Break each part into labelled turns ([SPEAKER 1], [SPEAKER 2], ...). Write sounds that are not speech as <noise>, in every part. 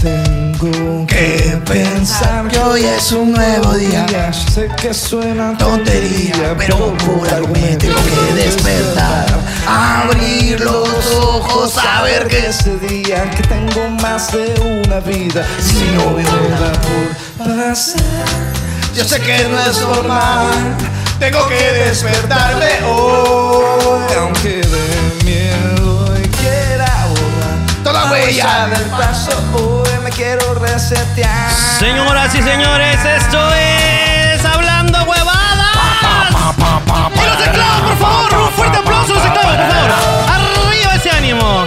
[SPEAKER 1] Tengo que pensar que hoy es un nuevo día.
[SPEAKER 2] Ya sé que suena
[SPEAKER 1] Tontería, pero por algo me tengo que despertar. Abrir los ojos, a ver qué es.
[SPEAKER 2] ese día que tengo más de una vida.
[SPEAKER 1] Si
[SPEAKER 2] Si
[SPEAKER 1] no
[SPEAKER 2] no
[SPEAKER 1] veo
[SPEAKER 2] me
[SPEAKER 1] nada
[SPEAKER 2] da por pasar.
[SPEAKER 1] Yo sé que no es normal. Tengo que despertarme hoy.
[SPEAKER 2] Aunque de miedo y quiera volar.
[SPEAKER 1] Toda huella
[SPEAKER 2] del paso, hoy me quiero resetear.
[SPEAKER 3] Señoras y señores, esto es Hablando Huevadas. Y los teclados, por favor, un fuerte aplauso a los teclados, por favor. Arriba ese ánimo.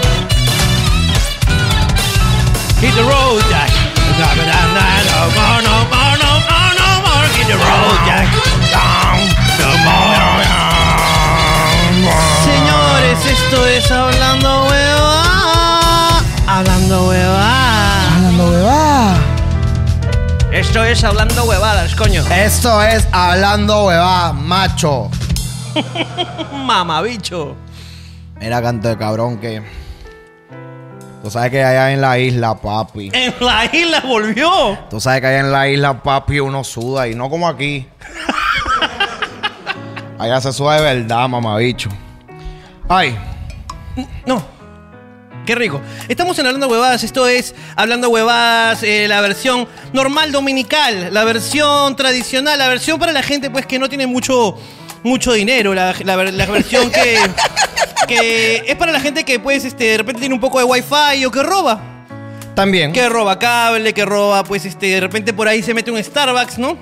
[SPEAKER 3] Hit the road, Jack. No more, no more, no more, no more. Hit the road, Jack. No more. Señores, esto es Hablando Huevadas. Hablando Huevadas. Esto es hablando huevadas, coño.
[SPEAKER 4] Esto es Hablando Huevá, macho.
[SPEAKER 3] Mamabicho.
[SPEAKER 4] Mira, canto de cabrón, que. Tú sabes que allá en la isla, papi.
[SPEAKER 3] En la isla volvió.
[SPEAKER 4] Tú sabes que allá en la isla, papi, uno suda y no como aquí. Allá se suda de verdad, mamabicho. Ay,
[SPEAKER 3] No. Qué rico. Estamos en Hablando Huevadas. Esto es Hablando Huevadas, eh, la versión normal dominical, la versión tradicional, la versión para la gente pues que no tiene mucho, mucho dinero, la, la ver- la versión que, que es para la gente que pues este, de repente tiene un poco de wifi o que roba.
[SPEAKER 4] también.
[SPEAKER 3] Que roba cable, que roba pues este, de repente por ahí se mete un Starbucks, ¿no?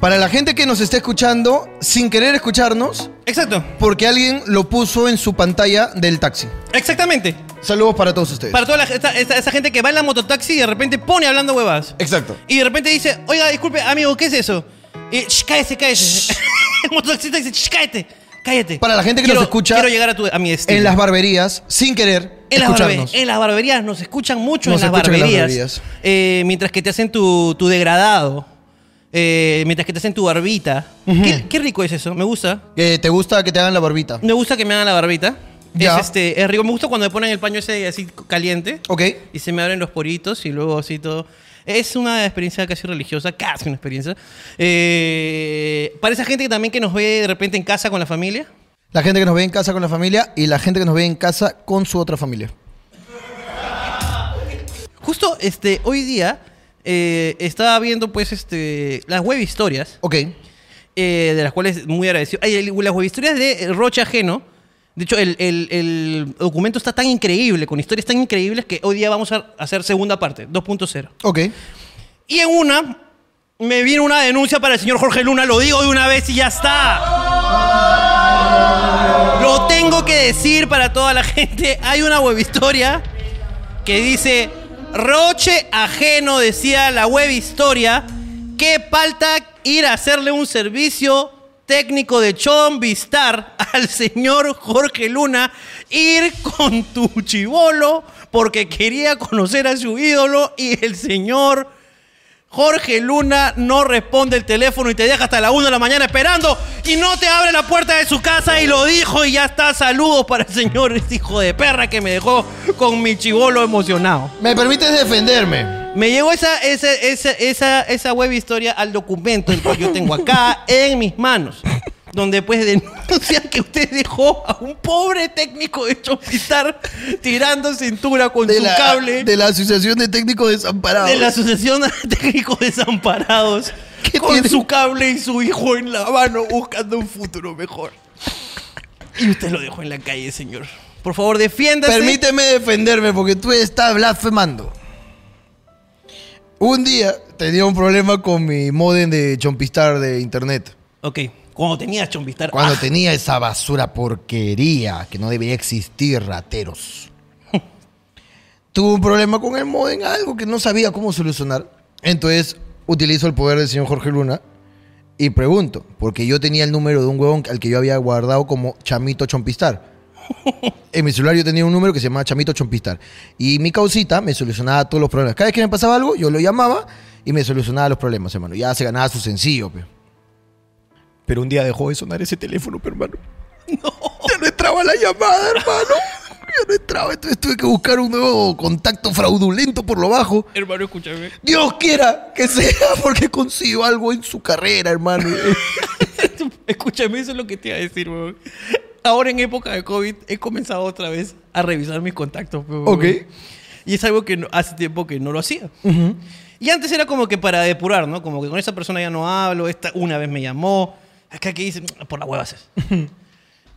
[SPEAKER 4] Para la gente que nos está escuchando, sin querer escucharnos,
[SPEAKER 3] Exacto.
[SPEAKER 4] porque alguien lo puso en su pantalla del taxi.
[SPEAKER 3] Exactamente.
[SPEAKER 4] Saludos para todos ustedes.
[SPEAKER 3] Para toda la, esta- esta- esa gente que va en la mototaxi y de repente pone hablando huevas.
[SPEAKER 4] Exacto.
[SPEAKER 3] Y de repente dice, oiga, disculpe, amigo, ¿qué es eso? Y, "Shh, cállese, cállese. <laughs> El mototaxista dice, "Shh, cállate, cállate.
[SPEAKER 4] Para la gente que
[SPEAKER 3] Quiero-
[SPEAKER 4] nos escucha
[SPEAKER 3] Quiero llegar a, tu, a mi destino.
[SPEAKER 4] En las barberías, sin querer
[SPEAKER 3] En las, barbe-
[SPEAKER 4] escucharnos.
[SPEAKER 3] en las barberías nos escuchan mucho
[SPEAKER 4] Nos
[SPEAKER 3] en las
[SPEAKER 4] escuchan en las
[SPEAKER 3] barberías.
[SPEAKER 4] barberías.
[SPEAKER 3] Eh, mientras que te hacen tu, tu degradado. eh, mientras que te hacen tu barbita. ¿Qué, qué rico es eso, me gusta.
[SPEAKER 4] Eh, ¿Te gusta que te hagan la barbita?
[SPEAKER 3] Me gusta que me hagan la barbita.
[SPEAKER 4] Ya.
[SPEAKER 3] Es, este, es rico. Me gusta cuando me ponen el paño ese así caliente.
[SPEAKER 4] Ok.
[SPEAKER 3] y se me abren los poritos y luego así todo. Es una experiencia casi religiosa, casi una experiencia. Eh, para esa gente que también que nos ve de repente en casa con la familia.
[SPEAKER 4] La gente que nos ve en casa con la familia y la gente que nos ve en casa con su otra familia.
[SPEAKER 3] Justo este, hoy día eh, estaba viendo pues este, las web historias,
[SPEAKER 4] Ok.
[SPEAKER 3] eh, de las cuales muy agradecido. Ay, el- las web historias de eh, Roche Ajeno. De hecho, el, el- el documento está tan increíble, con historias tan increíbles, que hoy día vamos a hacer segunda parte, 2.0.
[SPEAKER 4] Ok.
[SPEAKER 3] Y en una, me viene una denuncia para el señor Jorge Luna, lo digo de una vez y ya está. Lo tengo que decir para toda la <laughs> gente. Hay una web historia que dice: Roche ajeno, decía la web historia, que falta ir a hacerle un servicio técnico de chomvistar al señor Jorge Luna, ir con tu chivolo porque quería conocer a su ídolo y el señor Jorge Luna no responde el teléfono y te deja hasta la 1 de la mañana esperando y no te abre la puerta de su casa y lo dijo y ya está. Saludos para el señor <laughs> este hijo de perra que me dejó con mi chivolo emocionado.
[SPEAKER 4] ¿Me permites defenderme?
[SPEAKER 3] Me llegó esa, esa, esa, esa, esa web historia al documento el cual yo
[SPEAKER 4] <laughs>
[SPEAKER 3] tengo acá en mis manos. Donde pues denuncian que usted dejó a un pobre técnico de Chopistar tirando cintura con su cable
[SPEAKER 4] de la Asociación de Técnicos Desamparados.
[SPEAKER 3] de la Asociación de Técnicos Desamparados
[SPEAKER 4] ¿Qué
[SPEAKER 3] con
[SPEAKER 4] tiene?
[SPEAKER 3] su cable y su hijo en la mano buscando un futuro mejor. Y usted lo dejó en la calle, señor. Por favor, defiéndase.
[SPEAKER 4] Permíteme defenderme porque tú estás blasfemando. Un día tenía un problema con mi modem de chompistar de internet.
[SPEAKER 3] Ok, cuando tenía chompistar.
[SPEAKER 4] Cuando
[SPEAKER 3] Ah,
[SPEAKER 4] tenía esa basura porquería que no debería existir, rateros. Tuve un problema con el modem, algo que no sabía cómo solucionar. Entonces utilizo el poder del señor Jorge Luna y pregunto, porque yo tenía el número de un huevón al que yo había guardado como Chamito Chompistar. En mi celular yo tenía un número que se llamaba Chamito Chompistar. Y mi causita me solucionaba todos los problemas. Cada vez que me pasaba algo, yo lo llamaba y me solucionaba los problemas, hermano. Ya se ganaba su sencillo, pe. Pero un día dejó de sonar ese teléfono, pe, hermano. <laughs> Ya no entraba la llamada, hermano. Ya no entraba. Entonces tuve que buscar un nuevo contacto fraudulento por lo bajo.
[SPEAKER 3] Hermano, escúchame.
[SPEAKER 4] Dios quiera que sea <laughs> porque consiguió algo en su carrera, hermano.
[SPEAKER 3] <laughs> Escúchame, eso es lo que te iba a decir, weón. Ahora en época de COVID he comenzado otra vez a revisar mis contactos, weón.
[SPEAKER 4] Ok.
[SPEAKER 3] Y es algo que no- hace tiempo que no lo hacía. Y antes era como que para depurar, ¿no? Como que con esa persona ya no hablo, esta una vez me llamó. Acá que dicen, por la
[SPEAKER 4] <laughs>
[SPEAKER 3] hueva haces.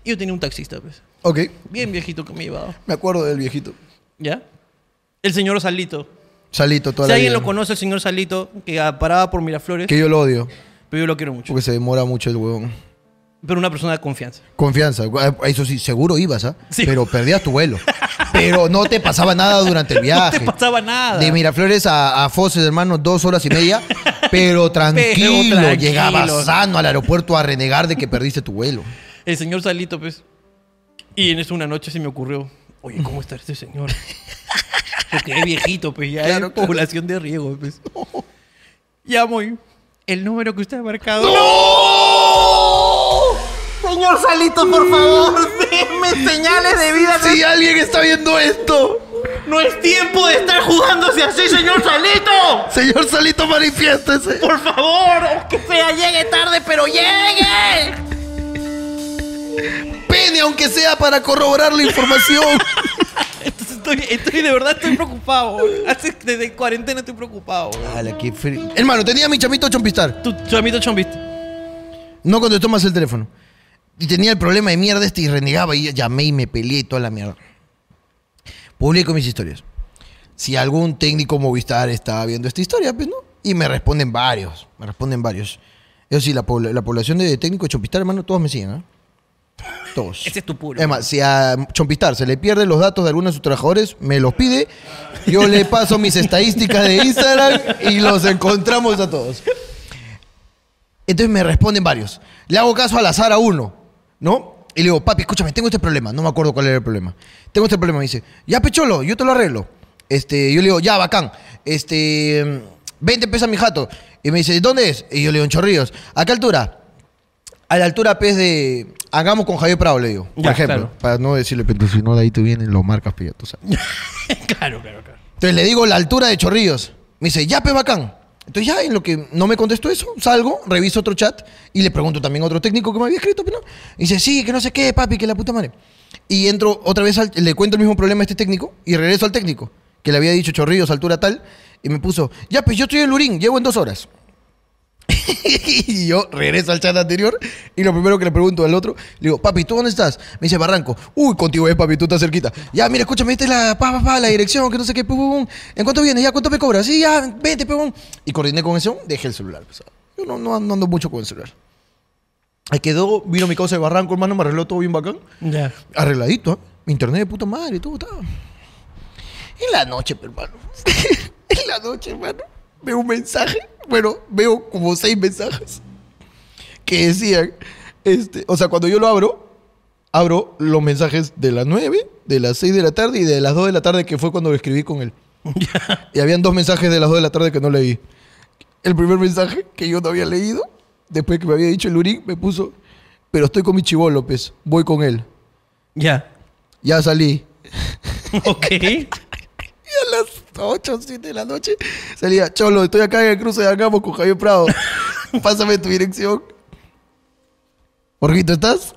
[SPEAKER 3] Y yo tenía un taxista, pues.
[SPEAKER 4] <laughs> Ok,
[SPEAKER 3] Bien viejito que me llevaba.
[SPEAKER 4] me acuerdo del viejito.
[SPEAKER 3] ¿Ya? El señor Salito.
[SPEAKER 4] Salito toda
[SPEAKER 3] si
[SPEAKER 4] la
[SPEAKER 3] alguien
[SPEAKER 4] vida.
[SPEAKER 3] lo conoce, el señor Salito, que paraba por Miraflores,
[SPEAKER 4] Que yo lo odio.
[SPEAKER 3] pero yo lo quiero mucho.
[SPEAKER 4] Porque se demora mucho el huevón.
[SPEAKER 3] Pero una persona de confianza.
[SPEAKER 4] Confianza. Ah, Eso sí, seguro ibas, ¿ah?
[SPEAKER 3] Sí.
[SPEAKER 4] Pero perdías tu vuelo. Pero no te pasaba nada durante el
[SPEAKER 3] <laughs> No
[SPEAKER 4] viaje.
[SPEAKER 3] te pasaba nada.
[SPEAKER 4] De Miraflores a, a Foses, hermano, dos horas y
[SPEAKER 3] <laughs>
[SPEAKER 4] media. Pero tranquilo,
[SPEAKER 3] tranquilo.
[SPEAKER 4] llegabas sano al aeropuerto a renegar de que perdiste tu vuelo.
[SPEAKER 3] El señor Salito, pues. Y en eso una noche se me ocurrió, oye, ¿cómo está este
[SPEAKER 4] <laughs>
[SPEAKER 3] señor? Porque es viejito, pues ya
[SPEAKER 4] Claro,
[SPEAKER 3] es
[SPEAKER 4] claro.
[SPEAKER 3] población de riego, pues. Llamo y el número que usted ha marcado.
[SPEAKER 1] ¡Oh! Señor Salito, por favor, <laughs> déme señales de vida.
[SPEAKER 4] Si alguien está viendo esto,
[SPEAKER 1] No es tiempo de estar jugándose así, señor Salito.
[SPEAKER 4] señor Salito, manifiéstese.
[SPEAKER 1] Por favor, aunque sea llegue tarde, pero llegue.
[SPEAKER 4] Pene, aunque sea para corroborar la información.
[SPEAKER 3] Entonces estoy, estoy- de verdad estoy preocupado. boludo. Hace- desde cuarentena estoy preocupado. boludo.
[SPEAKER 4] Ala, qué fri- Hermano, tenía a mi chamito chompistar.
[SPEAKER 3] Tu, tu amito Chombiste.
[SPEAKER 4] No contestó más el teléfono. Y tenía el problema de mierda este y renegaba y llamé y me peleé y toda la mierda. Publico mis historias. Si algún técnico Movistar estaba viendo esta historia, pues no. Y me responden varios. Me responden varios. Eso sí, la, pobl- la población de técnico chompistar, hermano, todos me siguen, ¿ah? Todos.
[SPEAKER 3] Ese es tu puro.
[SPEAKER 4] Es más, si a Chompistar se le pierden los datos de alguno de sus trabajadores, me los pide. Yo le paso mis estadísticas de Instagram y los encontramos a todos. Entonces me responden varios. Le hago caso al azar a uno, ¿no? Y le digo, papi, escúchame, tengo este problema. No me acuerdo cuál era el problema. Tengo este problema. Me dice, ya, Pecholo, yo te lo arreglo. Este, yo le digo, ya, bacán. Este, 20 pesos mi jato. Y me dice, ¿dónde es? Y yo le digo, en Chorrillos. ¿A qué altura? A la altura, pues, de... Hagamos con Javier Prado, le digo. Por
[SPEAKER 3] Ya,
[SPEAKER 4] ejemplo.
[SPEAKER 3] claro.
[SPEAKER 4] Para no decirle, pero si no, de ahí tú vienes, lo marcas, pues, ya tú sabes.
[SPEAKER 3] claro, claro, claro.
[SPEAKER 4] Entonces le digo la altura de Chorrillos. Me dice, ya, pe bacán. Entonces ya, en lo que no me contestó eso, salgo, reviso otro chat y le pregunto también a otro técnico que me había escrito, pero no. Y dice, sí, que no sé qué, papi, que la puta madre. Y entro otra vez, al- le cuento el mismo problema a este técnico y regreso al técnico, que le había dicho Chorrillos, altura tal, y me puso, ya, pues yo estoy en Lurín, llego en dos horas. <laughs> y yo regreso al chat anterior y lo primero que le pregunto al otro, le digo, papi, ¿tú dónde estás? Me dice, Barranco. Uy, contigo es, papi, tú estás cerquita. Ya, mira, escúchame, esta es la, pa, pa, pa, la dirección, que no sé qué, pum, pum, pum. ¿En cuánto vienes? ¿Ya cuánto me cobras? Sí, ya, vete, pum. pum. Y coordiné con eso, dejé el celular. pues, ah. Yo no, no, no ando mucho con el celular. Ahí quedó, vino mi causa de Barranco, hermano, me arregló todo bien bacán.
[SPEAKER 3] Ya.
[SPEAKER 4] Arregladito, ¿eh? Internet de puta madre, todo estaba. En la noche, pe, hermano. <laughs> en la noche, hermano. Veo un mensaje. Bueno, veo como seis mensajes que decían. Este, o sea, cuando yo lo abro, abro los mensajes de las 9, de las 6 de la tarde y de las 2 de la tarde, que fue cuando escribí con él. Y habían dos mensajes de las 2 de la tarde que no leí. El primer mensaje que yo no había leído, después que me había dicho el Urín, me puso: Pero estoy con mi chivo López, voy con él.
[SPEAKER 3] Ya. <laughs>
[SPEAKER 4] Ya salí. <laughs>
[SPEAKER 3] Ok.
[SPEAKER 4] Y a las 8 o 7 de la noche salía, Cholo, estoy acá en el cruce de Angamos con Javier Prado. Pásame tu dirección. Jorgito, ¿estás?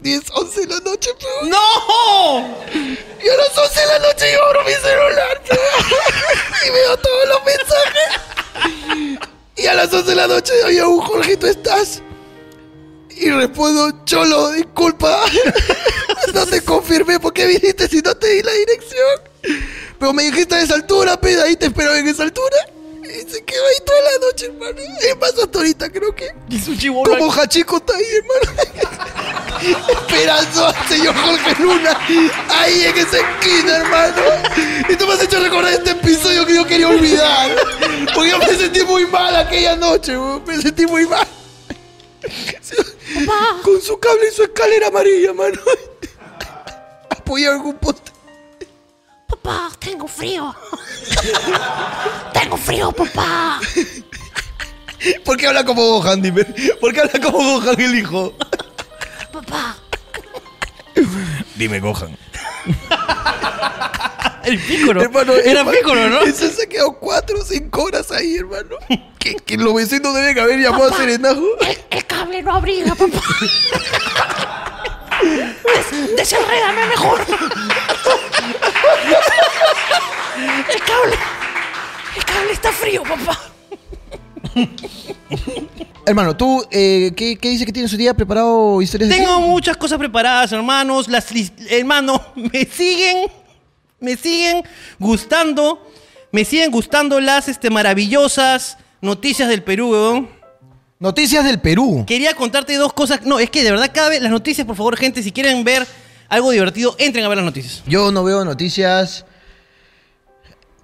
[SPEAKER 4] 10, 11 de la noche, pe.
[SPEAKER 3] ¡No!
[SPEAKER 4] Y a las 11 de la noche yo abro mi celular, <laughs> pe. Y veo todos los mensajes. Y a las 11 de la noche había un Jorgito, ¿estás? Y respondo, Cholo, disculpa. <laughs> No te confirmé por qué viniste si no te di la dirección. Pero me dijiste a esa altura, pero ahí te espero en esa altura. Y se quedó ahí toda la noche, hermano. Es más, hasta ahorita creo que.
[SPEAKER 3] Y su chibolo.
[SPEAKER 4] Como Hachico está ahí, hermano. <laughs> Esperando al señor Jorge Luna ahí en esa esquina, hermano. Y tú me has hecho recordar este episodio que yo quería olvidar. Porque yo me sentí muy mal aquella noche, weón. me sentí muy mal. Con su cable y su escalera amarilla, mano. Apoyado en un poste.
[SPEAKER 5] Papá, tengo frío. tengo frío, papá.
[SPEAKER 4] ¿Por qué habla como Bohan, dime? ¿Por qué habla como Bohan el hijo?
[SPEAKER 5] Papá,
[SPEAKER 4] Dime, cojan.
[SPEAKER 3] El pícoro. Era
[SPEAKER 4] hermano,
[SPEAKER 3] pícoro, ¿no?
[SPEAKER 4] Ese se ha quedado cuatro o cinco horas ahí, <laughs> hermano. Que, que los vecinos deben haber llamado a Serenajo.
[SPEAKER 5] El, el cable no abriga, papá. Des- desenrédame mejor. El cable. El cable está frío, papá.
[SPEAKER 4] Hermano, ¿tú eh, ¿qué, qué dice que tienes hoy día preparado historias de
[SPEAKER 3] Tengo muchas cosas preparadas, hermanos. Las lis- hermano, <laughs> me siguen, me siguen gustando, me siguen gustando las este, maravillosas noticias del Perú, weón.
[SPEAKER 4] ti? Noticias del Perú.
[SPEAKER 3] Quería contarte dos cosas. No, es que de verdad cada vez las noticias, por favor, gente, si quieren ver algo divertido, entren a ver las noticias.
[SPEAKER 4] Yo no veo noticias.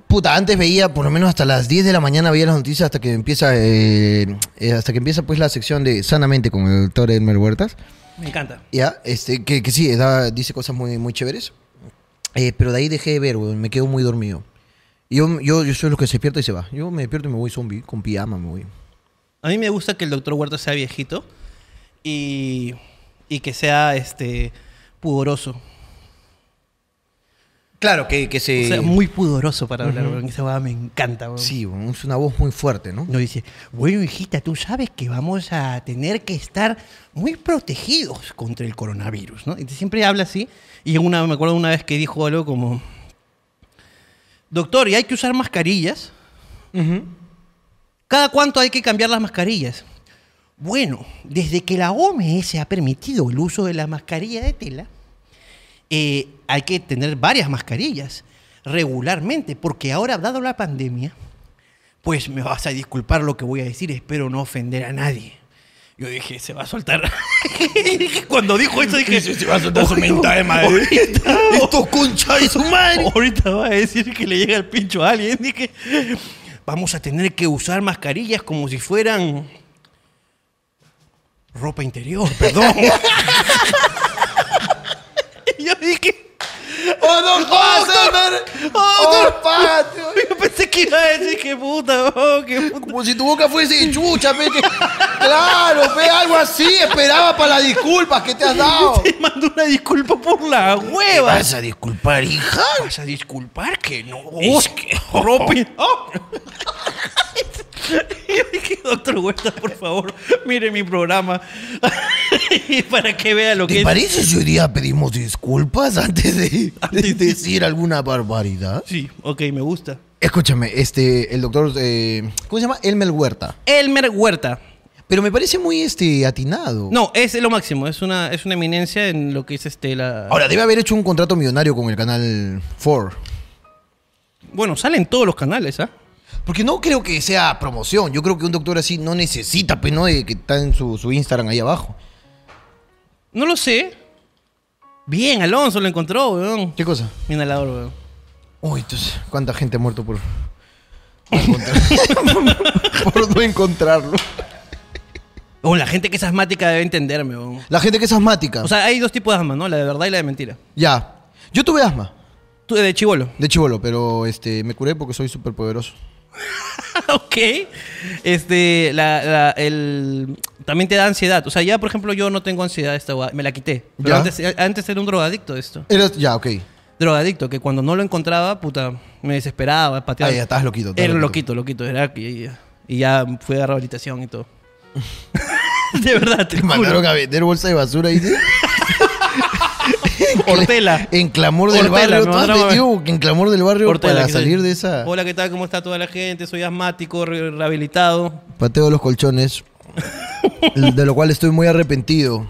[SPEAKER 4] Puta, antes veía, por lo menos hasta las 10 de la mañana veía las noticias hasta que empieza eh, eh, hasta que empieza pues la sección de Sanamente con el doctor Elmer Huertas.
[SPEAKER 3] Me encanta.
[SPEAKER 4] Ya, este, que, que sí, da- dice cosas muy, muy chéveres. Eh, pero de ahí dejé de ver, weón, me quedo muy dormido. Yo, yo, yo soy los que se despierta y se va. Yo me despierto y me voy zombie, con pijama me voy.
[SPEAKER 3] A mí me gusta que el doctor Huerta sea viejito y, y que sea este pudoroso.
[SPEAKER 4] Claro, que, que se...
[SPEAKER 3] O sea, muy pudoroso para hablar, weón. Esa weá me encanta, weón.
[SPEAKER 4] Sí, weón, es una voz muy fuerte, ¿no?
[SPEAKER 3] Nos dice, bueno hijita, tú sabes que vamos a tener que estar muy protegidos contra el coronavirus, ¿no? Y siempre habla así. Y una, me acuerdo una vez que dijo algo como, doctor, ¿y hay que usar mascarillas? ¿Cada cuánto hay que cambiar las mascarillas? Bueno, desde que la OMS ha permitido el uso de la mascarilla de tela, eh, hay que tener varias mascarillas regularmente, porque ahora, dado la pandemia, pues me vas a disculpar lo que voy a decir, espero no ofender a nadie. Yo dije, se va a soltar. <laughs> Y dije, cuando dijo eso, dije, se va a soltar su mentada de madre. <laughs> Estos concha de su madre. Ahorita va a decir que le llega el pincho a alguien. Dije, vamos a tener que usar mascarillas como si fueran ropa interior, perdón. <laughs> Y yo dije,
[SPEAKER 4] ¡Oh, no,
[SPEAKER 3] ¡Oh, no! yo pensé que iba a decir que puta, oh, que puta.
[SPEAKER 4] Como si tu boca fuese de chucha, pe, que- <laughs> Claro, ve algo así, esperaba para las disculpas que te has <laughs> dado.
[SPEAKER 3] Te mando una disculpa por la hueva.
[SPEAKER 4] a disculpar, hija?
[SPEAKER 3] vas a disculpar que no. Es que... Ropa.
[SPEAKER 4] <laughs>
[SPEAKER 3] Oh. Yo dije, Doctor Huerta, por favor, mire mi programa <laughs> para que vea lo que
[SPEAKER 4] ¿Te
[SPEAKER 3] es.
[SPEAKER 4] parece si hoy día pedimos disculpas antes de, de decir alguna barbaridad?
[SPEAKER 3] Sí, ok, me gusta.
[SPEAKER 4] Escúchame, este, el doctor, eh, ¿cómo se llama? Elmer Huerta.
[SPEAKER 3] Elmer Huerta.
[SPEAKER 4] Pero me parece muy este, atinado.
[SPEAKER 3] No, es lo máximo, es una, es una eminencia en lo que es este la.
[SPEAKER 4] Ahora, debe haber hecho un contrato millonario con el canal 4.
[SPEAKER 3] Bueno, salen todos los canales, ¿ah?
[SPEAKER 4] Porque no creo que sea promoción. Yo creo que un doctor así no necesita, pues, ¿no? De que está en su, su Instagram ahí abajo.
[SPEAKER 3] No lo sé. Bien, Alonso lo encontró, weón.
[SPEAKER 4] ¿Qué cosa?
[SPEAKER 3] Mi inhalador, weón.
[SPEAKER 4] Uy, entonces, ¿cuánta gente ha muerto por, por encontrar- <laughs> por no encontrarlo?
[SPEAKER 3] Oh, la gente que es asmática debe entenderme, weón.
[SPEAKER 4] La gente que es asmática.
[SPEAKER 3] O sea, hay dos tipos de asma, ¿no? La de verdad y la de mentira.
[SPEAKER 4] ya. Yo tuve asma
[SPEAKER 3] Tú de chivolo. <laughs>
[SPEAKER 4] de chivolo, pero este, me curé porque soy súper poderoso.
[SPEAKER 3] ok. Este, la, la- el, también te da ansiedad. O sea, ya, por ejemplo, yo no tengo ansiedad esta guay. Me la quité. Pero
[SPEAKER 4] Ya.
[SPEAKER 3] antes, antes era un drogadicto esto.
[SPEAKER 4] Eras- ya, ok.
[SPEAKER 3] Drogadicto, que cuando no lo encontraba, puta, me desesperaba, pateaba.
[SPEAKER 4] Ah, ya, estabas loquito, estabas
[SPEAKER 3] Era
[SPEAKER 4] loquito.
[SPEAKER 3] loquito, loquito. Era, y, y ya fui a rehabilitación y todo. <laughs> de verdad, te
[SPEAKER 4] Te
[SPEAKER 3] juro.
[SPEAKER 4] <laughs> mandaron a vender bolsa de basura
[SPEAKER 3] <laughs>
[SPEAKER 4] ahí.
[SPEAKER 3] Hortela.
[SPEAKER 4] En clamor del
[SPEAKER 3] Hortela,
[SPEAKER 4] barrio.
[SPEAKER 3] me
[SPEAKER 4] ¿Tú has
[SPEAKER 3] mandaron a-
[SPEAKER 4] vendido en clamor del barrio
[SPEAKER 3] Cortela,
[SPEAKER 4] para
[SPEAKER 3] que soy-
[SPEAKER 4] salir de esa?
[SPEAKER 3] Hola, ¿qué tal? ¿Cómo está toda la gente? Soy asmático, re- rehabilitado.
[SPEAKER 4] Pateo los colchones. de lo cual estoy muy arrepentido.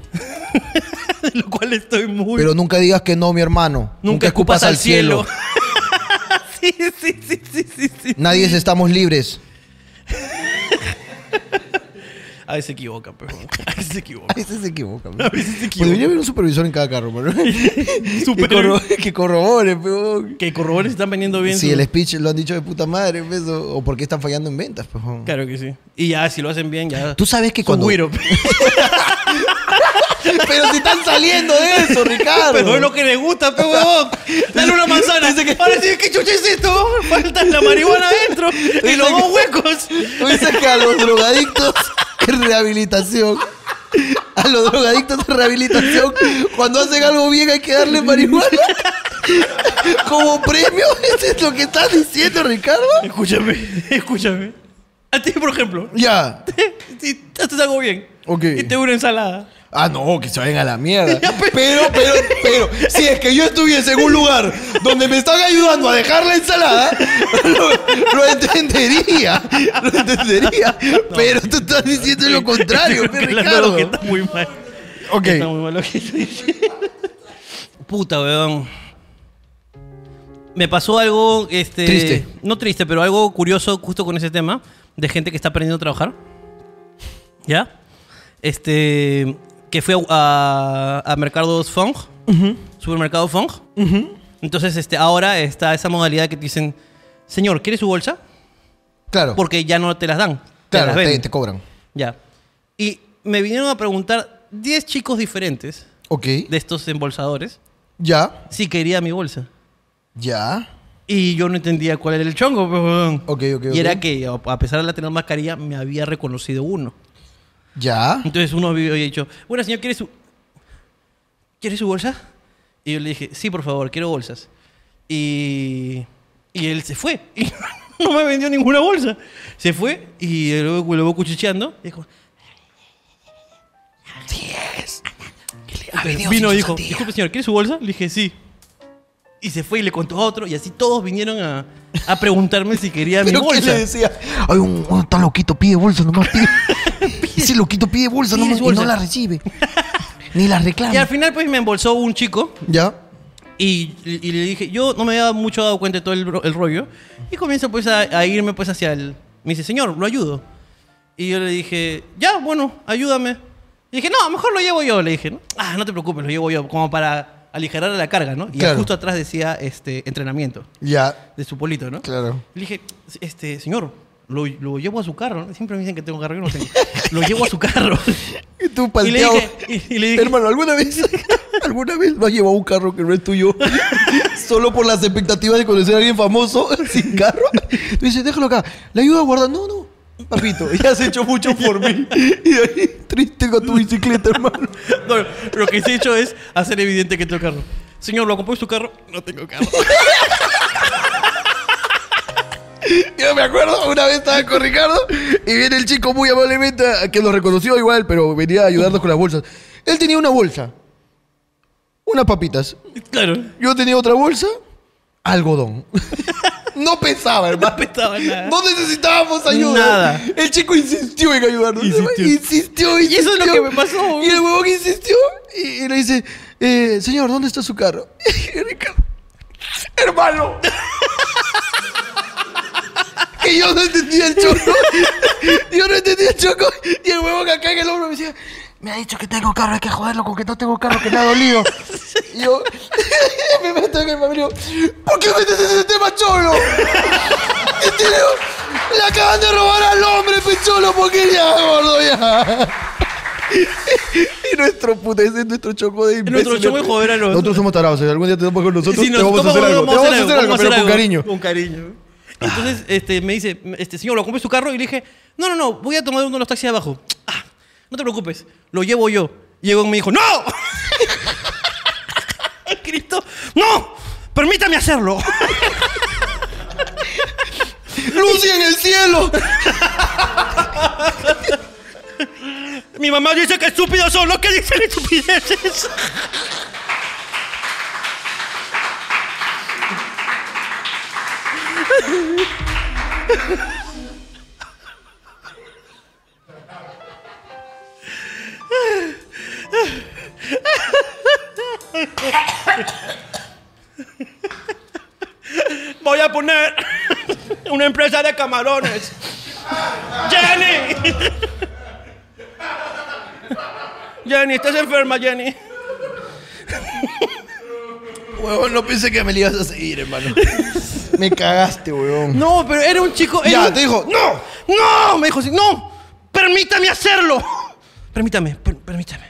[SPEAKER 3] De <laughs> lo cual estoy muy...
[SPEAKER 4] Pero nunca digas que no, mi hermano. Nunca, escupas, al cielo. <laughs>
[SPEAKER 3] sí, sí, sí, sí, sí, sí.
[SPEAKER 4] Nadie
[SPEAKER 3] <laughs>
[SPEAKER 4] es- estamos libres. <laughs>
[SPEAKER 3] A veces se equivoca, pero a veces se equivoca.
[SPEAKER 4] A veces se equivoca.
[SPEAKER 3] A veces se
[SPEAKER 4] Pues debería
[SPEAKER 3] equivoca.
[SPEAKER 4] haber un supervisor en cada carro, mano.
[SPEAKER 3] <laughs> Super-
[SPEAKER 4] que, corro- que corrobore, peón.
[SPEAKER 3] Que corroboren si están vendiendo bien.
[SPEAKER 4] Si
[SPEAKER 3] su-
[SPEAKER 4] el speech lo han dicho de puta madre, pues, o, o por qué están fallando en ventas, peón.
[SPEAKER 3] Claro que sí. Y ya, si lo hacen bien, ya.
[SPEAKER 4] Tú sabes que
[SPEAKER 3] Son
[SPEAKER 4] cuando- <laughs>
[SPEAKER 3] güiro.
[SPEAKER 4] Pero si están saliendo de eso, Ricardo.
[SPEAKER 3] Pero es lo que le gusta, pe huevón. Dale una manzana. Ahora sí, ¿qué chucha es esto? Falta la marihuana adentro. Y los dos huecos.
[SPEAKER 4] Tú dices que a los drogadictos es rehabilitación. a los drogadictos de rehabilitación. Cuando hacen algo bien hay que darle marihuana. Como premio, ¿eso es lo que estás diciendo, Ricardo?
[SPEAKER 3] Escúchame, escúchame. A ti,
[SPEAKER 4] <laughs>
[SPEAKER 3] por ejemplo,
[SPEAKER 4] Ya.
[SPEAKER 3] si haces algo bien
[SPEAKER 4] Ok.
[SPEAKER 3] y te una ensalada.
[SPEAKER 4] Ah, no, que se vayan a la mierda.
[SPEAKER 3] <laughs> Ya, pues. pe-
[SPEAKER 4] Pero, pero, pero, si es que yo estuviese en un lugar donde me están ayudando a dejar la ensalada, lo, lo entendería. Lo entendería. Pero tú estás diciendo lo contrario,
[SPEAKER 3] <laughs> Yo creo
[SPEAKER 4] pe,
[SPEAKER 3] que la
[SPEAKER 4] Ricardo.
[SPEAKER 3] que está muy mal.
[SPEAKER 4] Ok.
[SPEAKER 3] Está muy mal lo que estoy diciendo. Puta, weón. Me pasó algo, este...
[SPEAKER 4] Triste.
[SPEAKER 3] No triste, pero algo curioso justo con ese tema de gente que está aprendiendo a trabajar. ¿Ya? Este... Que fui a, a, a Mercados Fong, Supermercado Fong. Entonces, este, ahora está esa modalidad que te dicen, señor, ¿quiere su bolsa?
[SPEAKER 4] Claro,
[SPEAKER 3] Porque ya no te las dan.
[SPEAKER 4] claro,
[SPEAKER 3] las
[SPEAKER 4] te,
[SPEAKER 3] venden.
[SPEAKER 4] te cobran.
[SPEAKER 3] Ya. Y me vinieron a preguntar 10 chicos diferentes
[SPEAKER 4] Ok.
[SPEAKER 3] de estos embolsadores
[SPEAKER 4] Ya,
[SPEAKER 3] si quería mi bolsa.
[SPEAKER 4] ya.
[SPEAKER 3] Y yo no entendía cuál era el chongo, pues, weón.
[SPEAKER 4] Ok, ok, ok.
[SPEAKER 3] Y era que, a a pesar de la tener mascarilla, me había reconocido uno.
[SPEAKER 4] Ya.
[SPEAKER 3] Entonces uno había dicho, bueno, señor, ¿quiere su, ¿quiere su bolsa? Y yo le dije, sí, por favor, quiero bolsas. Y, y él se fue. <laughs> Y no me vendió ninguna bolsa. Se fue y luego lo voy cuchicheando. Y dijo,
[SPEAKER 1] venido
[SPEAKER 3] vino
[SPEAKER 1] sin
[SPEAKER 3] y dijo,
[SPEAKER 1] sandía.
[SPEAKER 3] disculpe señor, ¿quiere su bolsa? Le dije, sí. Y se fue y le contó a otro. Y así todos vinieron a, a preguntarme si quería
[SPEAKER 4] <laughs>
[SPEAKER 3] mi
[SPEAKER 4] ¿Pero qué
[SPEAKER 3] bolsa.
[SPEAKER 4] le decía?
[SPEAKER 1] Hay un, un tan loquito pide bolsa nomás, pide.
[SPEAKER 3] <laughs>
[SPEAKER 1] Ese loquito pide bolsa
[SPEAKER 3] Pide
[SPEAKER 1] nomás
[SPEAKER 3] bolsa.
[SPEAKER 1] y no la recibe. Ni
[SPEAKER 3] <laughs>
[SPEAKER 1] la reclama.
[SPEAKER 3] Y al final pues me embolsó un chico.
[SPEAKER 4] Ya.
[SPEAKER 3] Y, y le dije, yo no me había mucho dado cuenta de todo el, ro- el rollo. Y comienzo pues a, a irme pues hacia el... Me dice, señor, lo ayudo. Y yo le dije, ya, bueno, ayúdame. Y dije, no, mejor lo llevo yo. Le dije, ¿no? ah, no te preocupes, lo llevo yo. Como para aligerar la carga, ¿no? Y
[SPEAKER 4] Claro.
[SPEAKER 3] justo atrás decía, este, entrenamiento
[SPEAKER 4] Ya.
[SPEAKER 3] de su polito, ¿no?
[SPEAKER 4] Claro.
[SPEAKER 3] Le dije, este, señor, lo, lo llevo a su carro. ¿no? Siempre me dicen que tengo carro, yo no tengo. lo llevo a su carro. <laughs>
[SPEAKER 4] Y tú
[SPEAKER 3] y le
[SPEAKER 4] palteado.
[SPEAKER 3] dije, y- y le dije,
[SPEAKER 4] Hermano, ¿alguna
[SPEAKER 3] <laughs>
[SPEAKER 4] vez, ¿alguna vez lo has llevado a un carro que no es tuyo? <laughs> Solo por las expectativas de conocer a alguien famoso <laughs> sin carro. Tú dices, déjalo acá. Le ayudo a guardar. No, no. Papito, ya has hecho mucho por mí. Y de ahí, triste con tu bicicleta, hermano.
[SPEAKER 3] No, lo que sí he hecho es hacer evidente que tengo carro. Señor, ¿lo acompaño en su carro? No tengo carro.
[SPEAKER 4] Yo me acuerdo, una vez estaba con Ricardo y viene el chico muy amablemente, a- que lo reconoció igual, pero venía a ayudarnos con las bolsas. Él tenía una bolsa, unas papitas.
[SPEAKER 3] Claro.
[SPEAKER 4] Yo tenía otra bolsa, algodón. <laughs> No pensaba, hermano.
[SPEAKER 3] pensaba nada.
[SPEAKER 4] No necesitábamos ayuda.
[SPEAKER 3] Nada.
[SPEAKER 4] El chico insistió en ayudarnos.
[SPEAKER 3] Insistió.
[SPEAKER 4] Insistió. Insistió,
[SPEAKER 3] Y eso es lo
[SPEAKER 4] insistió.
[SPEAKER 3] que me pasó.
[SPEAKER 4] Y el huevón insistió y, y le dice, eh, señor, ¿dónde está su carro? <laughs> Y Ricardo, hermano. <laughs> que yo no entendía el choco. <laughs> yo no entendía el choco. Y el huevón acá en el hombro me decía,
[SPEAKER 1] Me ha dicho que tengo carro, hay que joderlo con que no tengo carro, que me ha dolido.
[SPEAKER 4] y yo <laughs> me meto en el familia. ¿Por qué metes ese tema, cholo? Y te digo, Le acaban de robar al hombre, pecholo, porque ya, gordo, ya. <laughs> Y nuestro puta, ese es nuestro choco de imbéciles.
[SPEAKER 3] nuestro choco de joder a los-
[SPEAKER 4] Nosotros somos tarados. Si algún día te tomas con nosotros,
[SPEAKER 3] Si
[SPEAKER 4] te
[SPEAKER 3] nos
[SPEAKER 4] vamos a
[SPEAKER 3] toca,
[SPEAKER 4] hacer algo. Te
[SPEAKER 3] vamos
[SPEAKER 4] vamos a hacer algo,
[SPEAKER 3] vamos
[SPEAKER 4] pero con cariño.
[SPEAKER 3] Con cariño. Entonces este, me dice, este, señor, ¿lo acompaño en su carro? Y le dije, no, no, no, voy a tomar uno de los taxis de abajo. Ah, no te preocupes, lo llevo yo. Llegó y me dijo, ¡no! <laughs> Cristo, ¡no! Permítame hacerlo.
[SPEAKER 4] ¡Lucy en el cielo!
[SPEAKER 3] Mi mamá dice que estúpidos son los que dicen estupideces. Voy a poner una empresa de camarones. Jenny. Jenny, estás enferma, Jenny.
[SPEAKER 4] Huevón, no pensé que me le ibas a seguir, hermano. Me cagaste, <laughs> huevón.
[SPEAKER 3] No, pero era un chico. era
[SPEAKER 4] Ya,
[SPEAKER 3] un-
[SPEAKER 4] te dijo,
[SPEAKER 3] ¡No! ¡No! Me dijo así, ¡no! ¡Permítame hacerlo! <laughs> Permítame, per- permítame,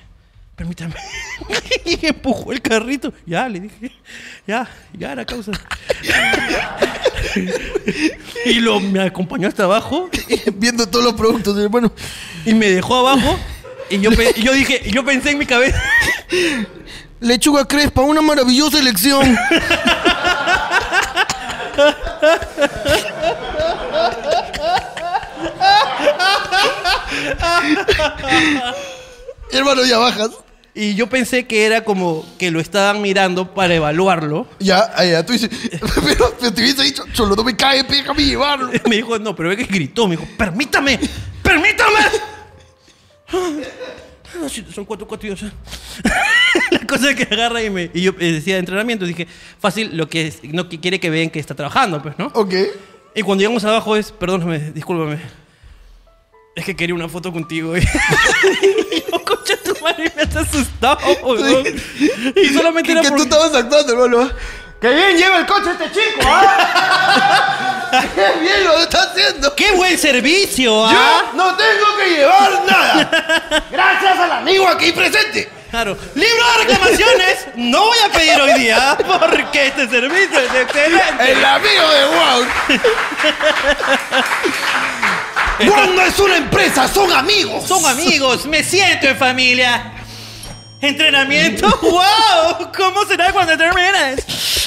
[SPEAKER 3] permítame. <laughs> y empujó el carrito. Ya, le dije. Ya, ya era causa. <laughs> y lo, me acompañó hasta abajo
[SPEAKER 4] Viendo todos los productos, hermano.
[SPEAKER 3] y me dejó abajo. Y yo, pe- y yo dije, y yo pensé en mi cabeza.
[SPEAKER 4] Lechuga Crespa, una maravillosa elección. Hermano, ya bajas.
[SPEAKER 3] Y yo pensé que era como que lo estaban mirando para evaluarlo.
[SPEAKER 4] Ya, ah, ya, tú dices, <laughs> pero, pero te hubiese dicho, cholo, no me cae, pe, déjame llevarlo.
[SPEAKER 3] <laughs> Me dijo, no, pero ve que gritó. Me dijo, permítame, permítame. Ah, sí, Son cuatro, cuatro y dos. ah. <laughs> La cosa es que agarra y me. Y yo eh, decía entrenamiento. Dije, fácil, lo que es- no que quiere que vean que está trabajando, pues, ¿no?
[SPEAKER 4] Ok.
[SPEAKER 3] Y cuando llegamos abajo es, perdóname, discúlpame. Es que quería una foto contigo. <laughs> Y y yo, concha tu madre, me has asustado, weón. Y
[SPEAKER 4] Que,
[SPEAKER 3] solamente era
[SPEAKER 4] que tú
[SPEAKER 3] por-
[SPEAKER 4] estabas actuando, hermano.
[SPEAKER 6] ¡Qué bien lleva el coche este chico! ¿ah?
[SPEAKER 4] <laughs> Qué bien lo está haciendo.
[SPEAKER 3] ¡Qué buen servicio!
[SPEAKER 6] ¡Yo
[SPEAKER 3] ¿ah?
[SPEAKER 6] no tengo que llevar nada!
[SPEAKER 3] <laughs>
[SPEAKER 6] ¡Gracias al amigo aquí presente!
[SPEAKER 3] Claro. Libro de <laughs> reclamaciones no voy a pedir hoy día porque este servicio es excelente.
[SPEAKER 4] El amigo de
[SPEAKER 3] <laughs>
[SPEAKER 4] Wow.
[SPEAKER 6] ¡Cuando es una empresa! ¡Son amigos!
[SPEAKER 3] Son amigos, me siento en familia. Entrenamiento, wow, ¿cómo será cuando terminas?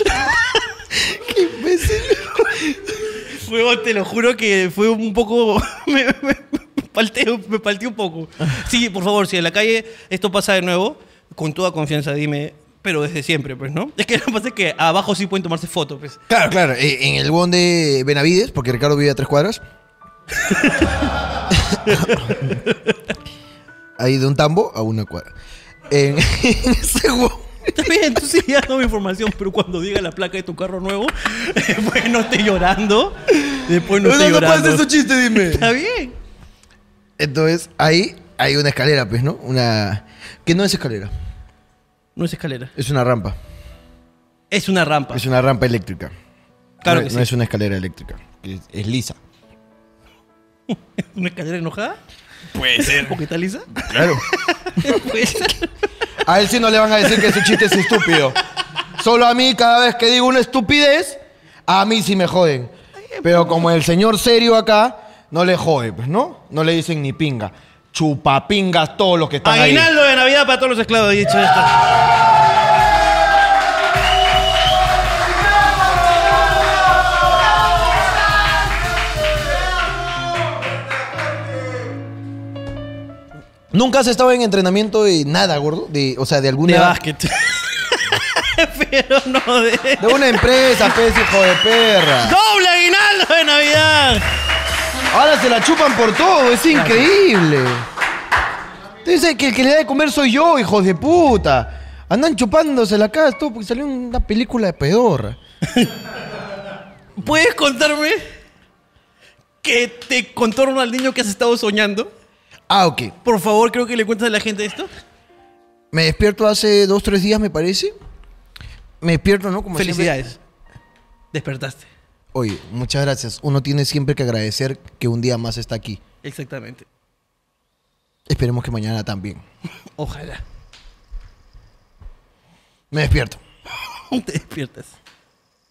[SPEAKER 3] Huevón, te lo juro que fue un poco. <laughs> Me, me, me palteé, me palteé un poco. Sí, por favor, si en la calle esto pasa de nuevo, con toda confianza dime, pero desde siempre, pues, ¿no? Es que lo que pasa es que abajo sí pueden tomarse fotos, pues.
[SPEAKER 4] Claro, claro. eh, en el bond de Benavides, porque Ricardo vive a tres
[SPEAKER 3] <laughs>
[SPEAKER 4] cuadras. Ahí de un tambo a una cuadra. En, <laughs> en ese huevón.
[SPEAKER 3] Está bien, tú sigues dando mi información, pero cuando diga la placa de tu carro nuevo, <laughs> después no esté llorando. Después no
[SPEAKER 4] No,
[SPEAKER 3] esté
[SPEAKER 4] no, puedes
[SPEAKER 3] llorando.
[SPEAKER 4] hacer su chiste, dime.
[SPEAKER 3] Está bien.
[SPEAKER 4] Entonces, ahí hay una escalera, pues, ¿no? Una. Que no es escalera,
[SPEAKER 3] No es escalera.
[SPEAKER 4] es una rampa.
[SPEAKER 3] Es una rampa.
[SPEAKER 4] Es una rampa eléctrica.
[SPEAKER 3] Claro
[SPEAKER 4] no,
[SPEAKER 3] que
[SPEAKER 4] no
[SPEAKER 3] sí.
[SPEAKER 4] es una escalera eléctrica. Es, es lisa.
[SPEAKER 3] ¿Una escalera enojada? Puede ser. ¿Porque
[SPEAKER 4] <laughs>
[SPEAKER 3] está lisa?
[SPEAKER 4] Claro.
[SPEAKER 3] Puede ser.
[SPEAKER 4] A él sí no le van a decir que su chiste es estúpido. Solo a mí, cada vez que digo una estupidez, a mí sí me joden. Pero como el señor serio acá, no le jode, pues, ¿no? No le dicen ni pinga. Chupapingas todos los que están ahí.
[SPEAKER 3] Aguinaldo de Navidad para todos los esclavos. Dicho esto.
[SPEAKER 4] ¿Nunca has estado en entrenamiento de nada, gordo? De, o sea, de alguna...
[SPEAKER 3] De básquet. <laughs> pero no de.
[SPEAKER 4] De una empresa, pez, hijo de perra.
[SPEAKER 3] ¡Doble aguinaldo de Navidad!
[SPEAKER 4] Ahora se la chupan por todo, es increíble. Tú dices que el que le da de comer soy yo, hijos de puta. Andan chupándose la cara, todo porque salió una película de pedorra.
[SPEAKER 3] ¿Puedes contarme que te contorno al niño que has estado soñando?
[SPEAKER 4] Ah, ok.
[SPEAKER 3] Por favor, creo que le cuentas a la gente esto.
[SPEAKER 4] Me despierto hace dos, tres días, me parece. Me despierto, ¿no? Como siempre.
[SPEAKER 3] Felicidades. Despertaste.
[SPEAKER 4] Oye, muchas gracias. Uno tiene siempre que agradecer que un día más está aquí.
[SPEAKER 3] Exactamente.
[SPEAKER 4] Esperemos que mañana también.
[SPEAKER 3] Ojalá.
[SPEAKER 4] Me despierto.
[SPEAKER 3] Te despiertas.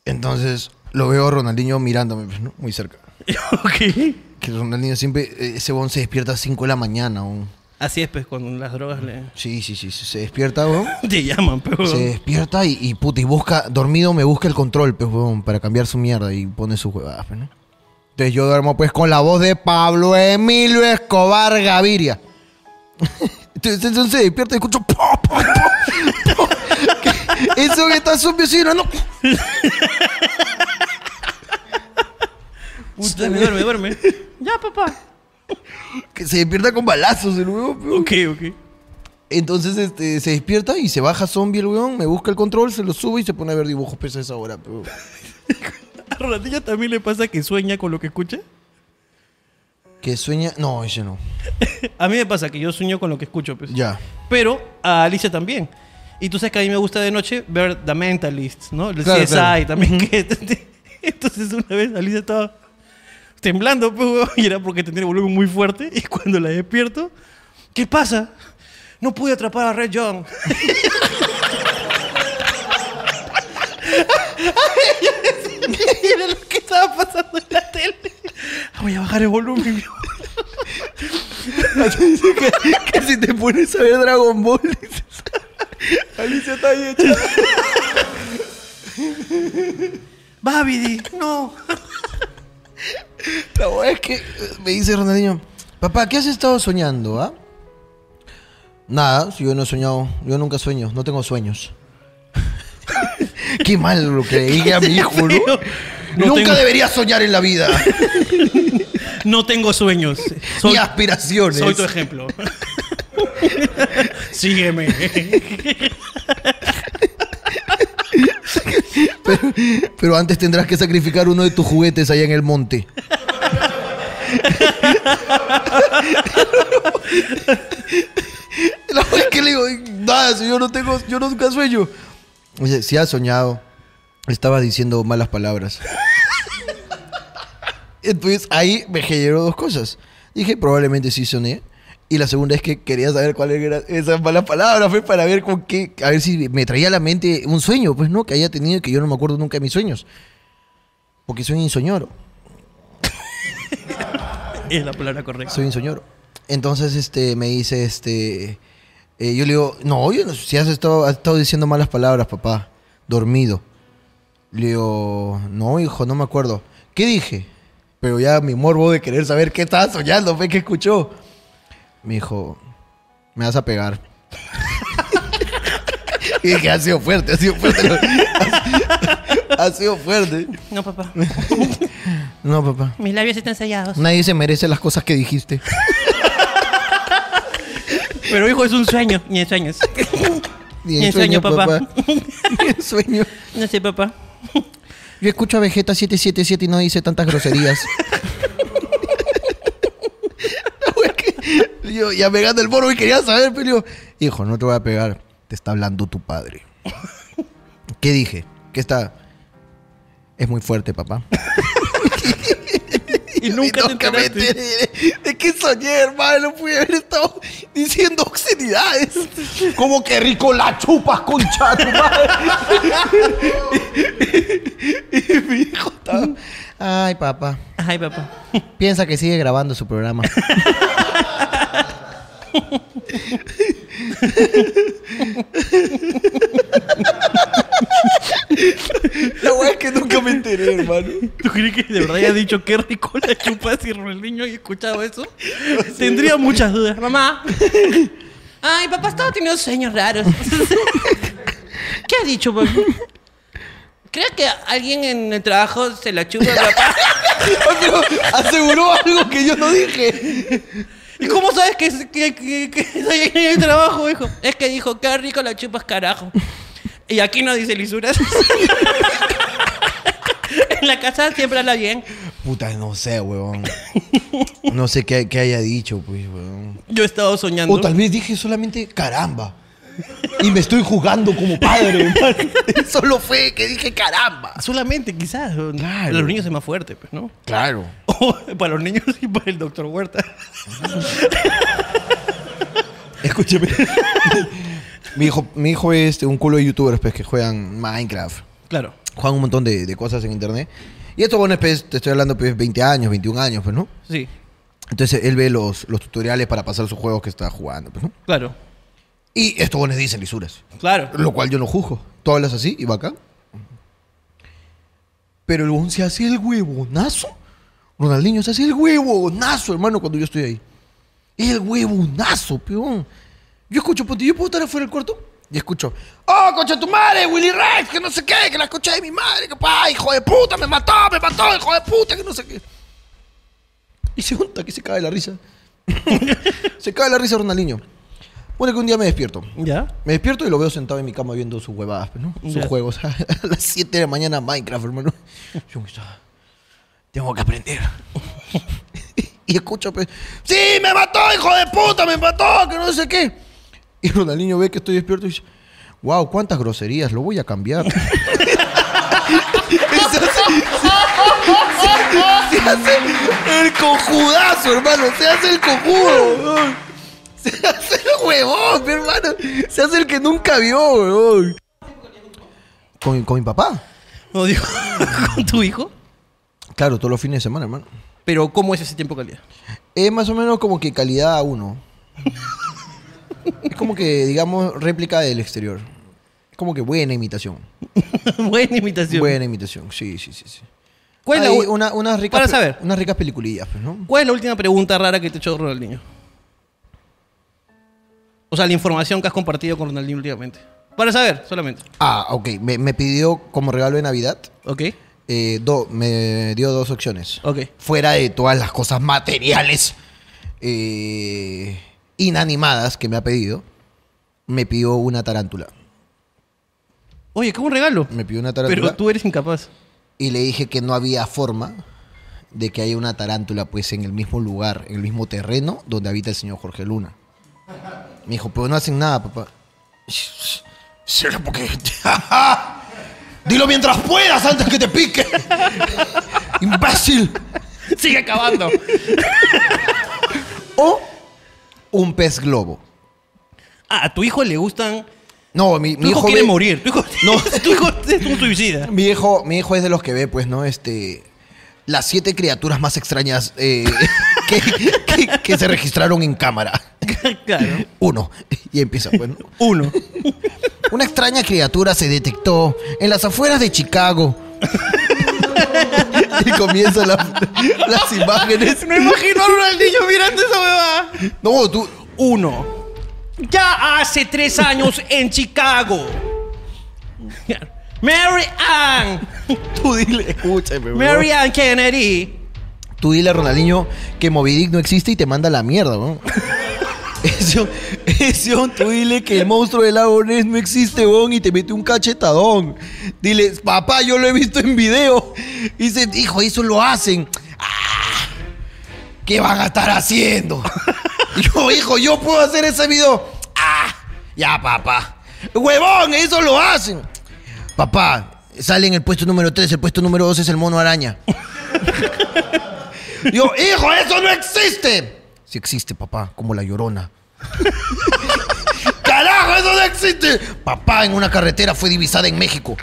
[SPEAKER 4] Entonces lo veo a Ronaldinho mirándome, pues, ¿no? Muy cerca.
[SPEAKER 3] <laughs> ok.
[SPEAKER 4] Que Ronaldinho siempre, eh, ese bon se despierta a 5 de la mañana, aún.
[SPEAKER 3] Así es, pues, cuando las drogas le...
[SPEAKER 4] Sí, sí, sí, sí, se despierta, weón.
[SPEAKER 3] te llaman, pero...
[SPEAKER 4] Se despierta y, y puta, y busca, dormido me busca el control, pues, weón, para cambiar su mierda y pone sus huevadas, pues, ¿no? Entonces yo duermo, pues, con la voz de Pablo Emilio Escobar Gaviria. <laughs> Entonces, entonces se despierta y escucho, <laughs> ¡pum, pum, pum, pum! ¿Qué? Eso <laughs> que está su vecino, no.
[SPEAKER 3] Puta, me duerme, duerme.
[SPEAKER 4] <laughs>
[SPEAKER 3] ya, papá.
[SPEAKER 4] Que se despierta con balazos el huevo, pues.
[SPEAKER 3] Ok, ok.
[SPEAKER 4] Entonces este, se despierta y se baja zombie el weón, me busca el control, se lo sube y se pone a ver dibujos pues, a esa hora. pues, weón.
[SPEAKER 3] ¿A Ronaldinho también le pasa que sueña con lo que escucha?
[SPEAKER 4] Que sueña. No, ese no.
[SPEAKER 3] A mí me pasa que yo sueño con lo que escucho, pues.
[SPEAKER 4] Ya.
[SPEAKER 3] Pero a Alicia también. Y tú sabes que a mí me gusta de noche ver The Mentalist, ¿no? El
[SPEAKER 4] Claro,
[SPEAKER 3] CSI
[SPEAKER 4] claro.
[SPEAKER 3] también. que- <laughs> entonces una vez Alicia estaba temblando, pues, huevón, y era porque tenía el volumen muy fuerte. Y cuando la despierto, ¿qué pasa? No pude atrapar a Red John.
[SPEAKER 4] <laughs>
[SPEAKER 3] Y era lo que estaba pasando en la tele. Ah, Voy a bajar el volumen.
[SPEAKER 4] Así dice que, <laughs> que si te pones a ver Dragon Ball, dices. <laughs>
[SPEAKER 2] Alicia está ahí hecha.
[SPEAKER 3] Babidi, no.
[SPEAKER 4] La verdad es que eh, me dice Ronaldinho, papá, ¿qué has estado soñando, ah? Nada, si yo no he soñado, yo nunca sueño, no tengo sueños. <laughs> Qué mal lo <laughs> que le dije a mi hijo, ¿no?
[SPEAKER 3] <laughs> No
[SPEAKER 4] nunca
[SPEAKER 3] tengo-
[SPEAKER 4] debería soñar en la <laughs> vida,
[SPEAKER 3] No tengo sueños.
[SPEAKER 4] ni
[SPEAKER 3] Soy,
[SPEAKER 4] aspiraciones.
[SPEAKER 3] soy tu <laughs> ejemplo. Sígueme.
[SPEAKER 4] Pero antes tendrás que sacrificar uno de tus juguetes allá en el monte. <laughs> La vez que le digo, nada, si yo no tengo, yo nunca sueño. Me dice, si has soñado, estabas diciendo malas palabras. Entonces ahí me generó dos cosas. Dije, probablemente sí soné. Y la segunda es que quería saber cuáles eran esas malas palabras, fue para ver con qué, a ver si me traía a la mente un sueño, pues no, que haya tenido y que yo no me acuerdo nunca de mis sueños. Porque soy insoñoro,
[SPEAKER 3] Es la palabra correcta.
[SPEAKER 4] soy insoñoro. Entonces este me dice este eh, yo le digo, "No, yo no- si has estado has estado diciendo malas palabras, papá, dormido." Le digo, "No, hijo, no me acuerdo. ¿Qué dije?" Pero ya mi morbo de querer saber qué estaba soñando, fue que escuchó. Me dijo, "Me vas a pegar." <laughs> y dije, "Ha sido fuerte, ha sido fuerte." <laughs> ha sido fuerte.
[SPEAKER 3] No, papá.
[SPEAKER 4] No, papá.
[SPEAKER 3] Mis labios están sellados.
[SPEAKER 4] Nadie se merece las cosas que dijiste.
[SPEAKER 3] Pero hijo, es un sueño. Ni en sueños.
[SPEAKER 4] Ni
[SPEAKER 3] Ni en sueño, papá.
[SPEAKER 4] <laughs> Ni en sueño.
[SPEAKER 3] No sé, papá.
[SPEAKER 4] Yo escucho a Vegeta 777 y no dice tantas groserías. <laughs> La wea que- yo ya me gana el moro y quería saber, pero yo, hijo, no te voy a pegar. Te está hablando tu padre. <laughs> ¿Qué dije? Que está... Es muy fuerte, papá.
[SPEAKER 3] Y nunca te
[SPEAKER 4] me
[SPEAKER 3] enteraste.
[SPEAKER 4] enteré de que soñé, hermano. Pude haber estado diciendo obscenidades.
[SPEAKER 6] Como que rico la chupas, concha de tu madre.
[SPEAKER 4] Ay, papá.
[SPEAKER 3] Ay, papá.
[SPEAKER 4] Piensa que sigue grabando su programa.
[SPEAKER 6] La weá es que nunca me enteré, hermano.
[SPEAKER 3] ¿Tú crees que de verdad hayas dicho qué rico la chupa si Ronaldinho haya escuchado eso? Tendría muchas dudas. Mamá. Ay, papá estaba teniendo sueños raros. ¿Qué has dicho, papá? ¿Crees que alguien en el trabajo se la chupa, papá?
[SPEAKER 4] Pero aseguró algo que yo no dije.
[SPEAKER 3] ¿Y cómo sabes que, es- que, que- que es ahí en el trabajo, hijo? Es que dijo, qué rico la chupas, carajo. Y aquí no dice lisuras. en la casa siempre habla bien.
[SPEAKER 4] Puta, no sé, weón. No sé qué, qué haya dicho, pues, weón.
[SPEAKER 3] Yo he estado soñando.
[SPEAKER 4] O tal vez dije solamente caramba. Y me estoy jugando como padre, hermano. <laughs> Solo fue que dije caramba.
[SPEAKER 3] Solamente, quizás. Para
[SPEAKER 4] Claro.
[SPEAKER 3] los niños es más fuerte, pues, ¿no? <laughs>
[SPEAKER 4] Claro.
[SPEAKER 3] O para los niños y para el doctor Huerta.
[SPEAKER 4] Escúchame. <laughs> mi hijo, mi hijo es este, un culo de youtubers pues, que juegan Minecraft.
[SPEAKER 3] Claro.
[SPEAKER 4] Juegan un montón de, de cosas en internet. Y esto, bueno, pues, te estoy hablando, pues, 20 años, 21 años, pues, ¿no?
[SPEAKER 3] Sí,
[SPEAKER 4] Entonces él ve los, los tutoriales para pasar sus juegos que está jugando, pues, ¿no?
[SPEAKER 3] claro.
[SPEAKER 4] Y estos bones dicen lisuras.
[SPEAKER 3] Claro.
[SPEAKER 4] Lo cual yo no juzgo. Tú hablas así y va acá. Pero el huevón se hace el huevonazo. Ronaldinho se hace el huevonazo, hermano, cuando yo estoy ahí. El huevonazo, peón. Yo escucho, ponte, yo puedo estar afuera del cuarto y escucho.
[SPEAKER 6] ¡Oh, concha de tu madre, Willy Rex! Que no sé qué, que la concha de mi madre, que pa, hijo de puta, me mató, me mató, hijo de puta, que no sé qué.
[SPEAKER 4] Y se junta que se cae la risa. <laughs> se cae la risa Ronaldinho. Bueno, que un día me despierto.
[SPEAKER 3] ¿Ya?
[SPEAKER 4] Me despierto y lo veo sentado en mi cama viendo sus huevadas, pues, ¿no? Sus
[SPEAKER 3] Ya.
[SPEAKER 4] juegos. <laughs> A las 7 de la mañana Minecraft, hermano. Yo me estaba, Tengo que aprender. <laughs> y escucho, pues, ¡Sí, me mató, hijo de puta! ¡Me mató! Que no sé qué. Y Ronaldinho ve que estoy despierto y dice, wow, cuántas groserías, lo voy a cambiar. <laughs> Y se hace, se- se- se hace el conjudazo, hermano. Se hace el conjudo. weón. Se hace el huevón, mi hermano. Se hace el que nunca vio, huevón. Con, con mi papá.
[SPEAKER 3] ¿No digo <laughs> con tu hijo?
[SPEAKER 4] Claro, todos los fines de semana, hermano.
[SPEAKER 3] Pero ¿cómo es ese tiempo de calidad?
[SPEAKER 4] Es más o menos como que calidad a uno. es como que, digamos, réplica del exterior. Es como que buena imitación.
[SPEAKER 3] <laughs> Buena imitación.
[SPEAKER 4] Buena imitación, sí, sí, sí. sí.
[SPEAKER 3] ¿Cuál, es la
[SPEAKER 4] Hay
[SPEAKER 3] u-
[SPEAKER 4] una- unas ricas
[SPEAKER 3] Para
[SPEAKER 4] pe-
[SPEAKER 3] saber.
[SPEAKER 4] Unas ricas peliculillas, pues, ¿no?
[SPEAKER 3] ¿Cuál es la última pregunta rara que te ha hecho Ronaldinho? O sea, la información que has compartido con Ronaldinho últimamente. Para saber, solamente.
[SPEAKER 4] Ah, ok. Me, me pidió como regalo de Navidad.
[SPEAKER 3] ¿Ok?
[SPEAKER 4] eh, do- me dio dos opciones.
[SPEAKER 3] Ok.
[SPEAKER 4] Fuera de todas las cosas materiales eh, inanimadas que me ha pedido, me pidió una tarántula.
[SPEAKER 3] Oye, qué buen regalo.
[SPEAKER 4] Me pidió una
[SPEAKER 3] Pero
[SPEAKER 4] tarántula.
[SPEAKER 3] tú eres incapaz.
[SPEAKER 4] Y le dije que no había forma de que haya una tarántula pues en el mismo lugar, en el mismo terreno donde habita el señor Jorge Luna. Me dijo, pero no hacen nada, papá.
[SPEAKER 6] Será porque. <laughs> Dilo mientras puedas antes que
[SPEAKER 4] <laughs>
[SPEAKER 6] te pique.
[SPEAKER 4] ¡Imbécil!
[SPEAKER 3] Sigue acabando.
[SPEAKER 4] <laughs> O un pez globo.
[SPEAKER 3] Ah, a tu hijo le gustan.
[SPEAKER 4] No, mi,
[SPEAKER 3] Tu
[SPEAKER 4] mi
[SPEAKER 3] hijo, quiere
[SPEAKER 4] ve-
[SPEAKER 3] morir. Tu hijo, <laughs> tu hijo es un suicida.
[SPEAKER 4] Mi hijo, mi hijo es de los que ve, pues, ¿no? Este. Las siete criaturas más extrañas eh, <laughs> que, que- que se registraron en cámara.
[SPEAKER 3] <laughs> claro.
[SPEAKER 4] Uno. Y empieza, bueno.
[SPEAKER 3] Uno.
[SPEAKER 4] Una extraña criatura se detectó en las afueras de Chicago. <laughs> y comienzan la- las imágenes.
[SPEAKER 3] Me imagino a Ronaldinho mirando esa huevada.
[SPEAKER 4] No, tú.
[SPEAKER 3] Uno. Ya hace tres años en Chicago. Mary Ann.
[SPEAKER 4] Tú dile, escúchame,
[SPEAKER 3] Mary Ann Kennedy.
[SPEAKER 4] Tú dile a Ronaldinho que Moby Dick no existe y te manda a la mierda, weón. Ese- ese weón, tú dile que el monstruo del lago Ness no existe, weón, y te mete un cachetadón. Dile, papá, yo lo he visto en video. Y dice, hijo, eso lo hacen. Ah, ¿Qué van a estar haciendo? Yo, hijo, yo puedo hacer ese video. Ah, ya, papá. Huevón, eso lo hacen. Papá, sale en el puesto número 3, el puesto número 2 es el mono araña. Yo, hijo, eso no existe. Sí existe, papá, como la llorona. <laughs> ¡Carajo, eso no existe! Papá en una carretera fue divisada en México.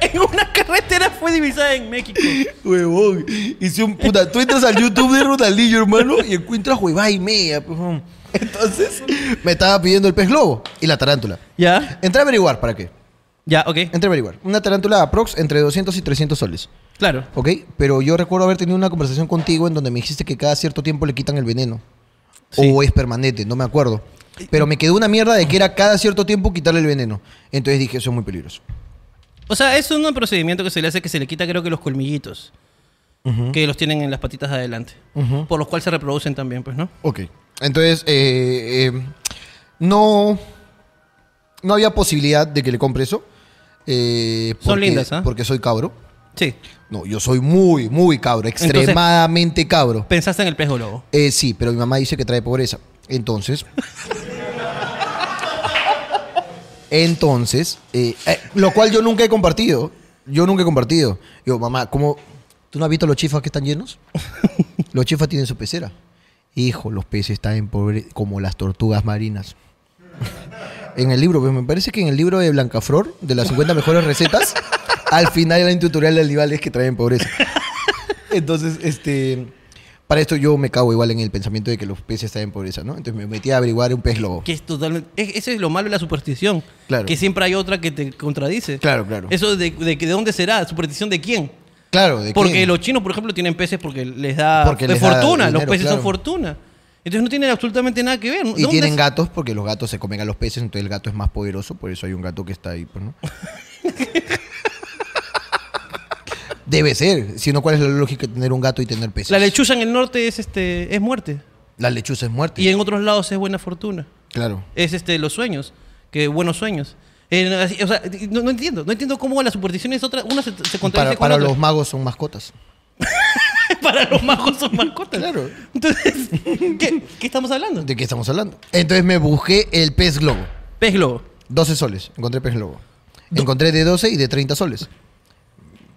[SPEAKER 3] En una carretera fue divisada en México.
[SPEAKER 4] Huevón. Hice un puta. Tú entras al YouTube de Ronaldinho, hermano, y encuentras huevada y media. pues, huevón. Entonces, me estaba pidiendo el pez globo y la tarántula.
[SPEAKER 3] Ya,
[SPEAKER 4] Entré a averiguar, ¿para qué?
[SPEAKER 3] ya, ok.
[SPEAKER 4] Entré a averiguar. Una tarántula aprox entre 200 y 300 soles.
[SPEAKER 3] Claro.
[SPEAKER 4] ¿Ok? Pero yo recuerdo haber tenido una conversación contigo en donde me dijiste que cada cierto tiempo le quitan el veneno.
[SPEAKER 3] Sí.
[SPEAKER 4] O es permanente, no me acuerdo. Pero me quedó una mierda de que era cada cierto tiempo quitarle el veneno. Entonces dije, eso es muy peligroso.
[SPEAKER 3] O sea, es un procedimiento que se le hace que se le quita, creo que los colmillitos. Que los tienen en las patitas de adelante. Por los cuales se reproducen también, pues, ¿no?
[SPEAKER 4] Ok. Entonces, eh, eh, no, no había posibilidad de que le compre eso. eh,
[SPEAKER 3] Son
[SPEAKER 4] porque-
[SPEAKER 3] lindas, ¿ah?
[SPEAKER 4] Porque soy cabro.
[SPEAKER 3] Sí.
[SPEAKER 4] No, yo soy muy, muy cabro.
[SPEAKER 3] Entonces-
[SPEAKER 4] Extremadamente cabro.
[SPEAKER 3] Pensaste en el pez globo.
[SPEAKER 4] Eh, sí, pero mi mamá dice que trae pobreza. Entonces. entonces. eh, eh, lo cual yo nunca he compartido. Yo nunca he compartido. Yo, mamá, ¿cómo. ¿Tú no has visto los chifas que están llenos? Los chifas tienen su pecera. Hijo, los peces están en pobre como las tortugas marinas. <laughs> En el libro, pues me parece que en el libro de Blancaflor, de las 50 mejores recetas, al final hay un tutorial de animales que traen pobreza. Entonces, este. Para esto yo me cago igual en el pensamiento de que los peces están en pobreza, ¿no? Entonces me metí a averiguar un pez globo.
[SPEAKER 3] Que es totalmente. e- Eso es lo malo de la superstición.
[SPEAKER 4] Claro.
[SPEAKER 3] Que siempre hay otra que te contradice.
[SPEAKER 4] Claro, claro.
[SPEAKER 3] Eso de, de, que- de dónde será, superstición de quién.
[SPEAKER 4] Claro, ¿de
[SPEAKER 3] Porque
[SPEAKER 4] quién?
[SPEAKER 3] los chinos, por ejemplo, tienen peces porque les da
[SPEAKER 4] Porque
[SPEAKER 3] de
[SPEAKER 4] les da
[SPEAKER 3] fortuna. los
[SPEAKER 4] dinero,
[SPEAKER 3] peces
[SPEAKER 4] claro.
[SPEAKER 3] son fortuna. Entonces no tienen absolutamente nada que ver. ¿no?
[SPEAKER 4] Y
[SPEAKER 3] ¿Dónde
[SPEAKER 4] tienen
[SPEAKER 3] es-
[SPEAKER 4] gatos porque los gatos se comen a los peces, entonces el gato es más poderoso, por eso hay un gato que está ahí,
[SPEAKER 3] <laughs>
[SPEAKER 4] pues, ¿no? Debe ser, si no, ¿cuál es la lógica de tener un gato y tener peces?
[SPEAKER 3] La lechuza en el norte es este es muerte.
[SPEAKER 4] La lechuza es muerte.
[SPEAKER 3] Y en otros lados es buena fortuna.
[SPEAKER 4] Claro.
[SPEAKER 3] Es este los sueños. Que buenos sueños. Eh, no, así- o sea, no, no entiendo. No entiendo cómo las supersticiones otra, una se, se
[SPEAKER 4] Para,
[SPEAKER 3] contradice con
[SPEAKER 4] para
[SPEAKER 3] otra.
[SPEAKER 4] los magos son mascotas.
[SPEAKER 3] <laughs> para los magos son mascotas.
[SPEAKER 4] Claro.
[SPEAKER 3] Entonces, <laughs> ¿qué, qué estamos hablando?
[SPEAKER 4] ¿De qué estamos hablando? Entonces me busqué el pez globo.
[SPEAKER 3] Pez globo.
[SPEAKER 4] 12 soles, encontré pez globo. Encontré de 12 y de 30 soles.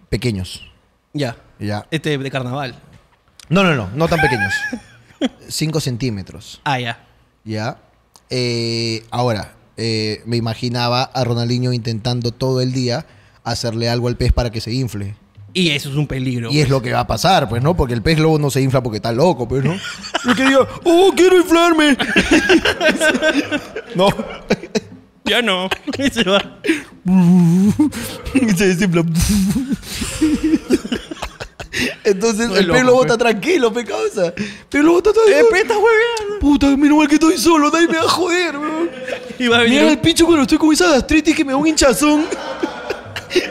[SPEAKER 4] Pequeños.
[SPEAKER 3] Ya.
[SPEAKER 4] Ya.
[SPEAKER 3] Este de carnaval.
[SPEAKER 4] No, no, no, no tan
[SPEAKER 3] <laughs>
[SPEAKER 4] pequeños. 5 centímetros.
[SPEAKER 3] Ah, ya.
[SPEAKER 4] Ya. Eh, ahora, eh, me imaginaba a Ronaldinho intentando todo el día hacerle algo al pez para que se infle.
[SPEAKER 3] Y eso es un peligro.
[SPEAKER 4] Y es lo que va a pasar, pues, ¿no? Porque el pez globo no se infla porque está loco, pues,
[SPEAKER 6] <laughs>
[SPEAKER 4] ¿no?
[SPEAKER 6] Yo quería, oh, quiero inflarme.
[SPEAKER 4] <laughs> No. <laughs>
[SPEAKER 3] Ya <laughs> no. Y se va.
[SPEAKER 4] se desinfla. <laughs> Entonces el pez
[SPEAKER 6] pues.
[SPEAKER 4] globo está tranquilo, pe causa. Pez globo está
[SPEAKER 6] Eh,
[SPEAKER 4] tranquilo.
[SPEAKER 3] Presta, huevón.
[SPEAKER 4] Puta, menos mal que estoy solo, nadie me va a joder, weón.
[SPEAKER 3] Y va a venir.
[SPEAKER 4] Mira el pincho cuando estoy con esa gastritis que me da un hinchazón.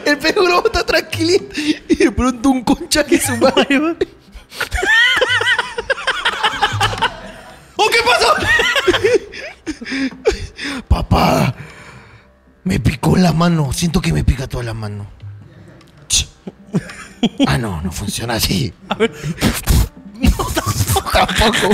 [SPEAKER 4] El pez globo está tranquilito. Y de pronto un concha que su
[SPEAKER 3] <laughs>
[SPEAKER 4] madre.
[SPEAKER 3] un-
[SPEAKER 4] <laughs> ¡Oh, qué pasó! Papá, me picó la mano. Siento que me pica toda la mano. Ch. Ah, no, no funciona así. <laughs> Tampoco.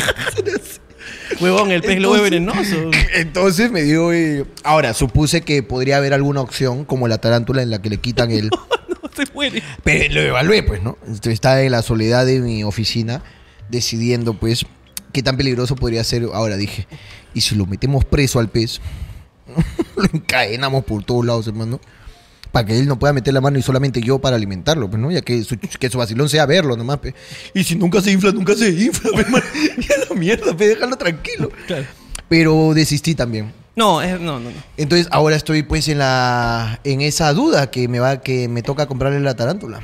[SPEAKER 3] Huevón, el pez globo es
[SPEAKER 4] Entonces-
[SPEAKER 3] venenoso.
[SPEAKER 4] <laughs> Entonces me dio. eh, Ahora, supuse que podría haber alguna opción como la tarántula en la que le quitan el.
[SPEAKER 3] No se muere.
[SPEAKER 4] Pero lo evalué, pues, ¿no? Entonces, Estaba en la soledad de mi oficina decidiendo, pues, qué tan peligroso podría ser. Ahora dije, ¿y si lo metemos preso al pez? <laughs> lo encadenamos por todos lados, hermano. Para que él no pueda meter la mano y solamente yo para alimentarlo, pues, ¿no? Ya que su, que su vacilón sea verlo nomás, pues. Y si nunca se infla, nunca se infla, <laughs> pues, hermano. Y a la mierda, pues, déjalo tranquilo. Pero desistí también.
[SPEAKER 3] No, es- no, no, no.
[SPEAKER 4] Entonces ahora estoy pues en la en esa duda que me va que me toca comprarle la tarántula.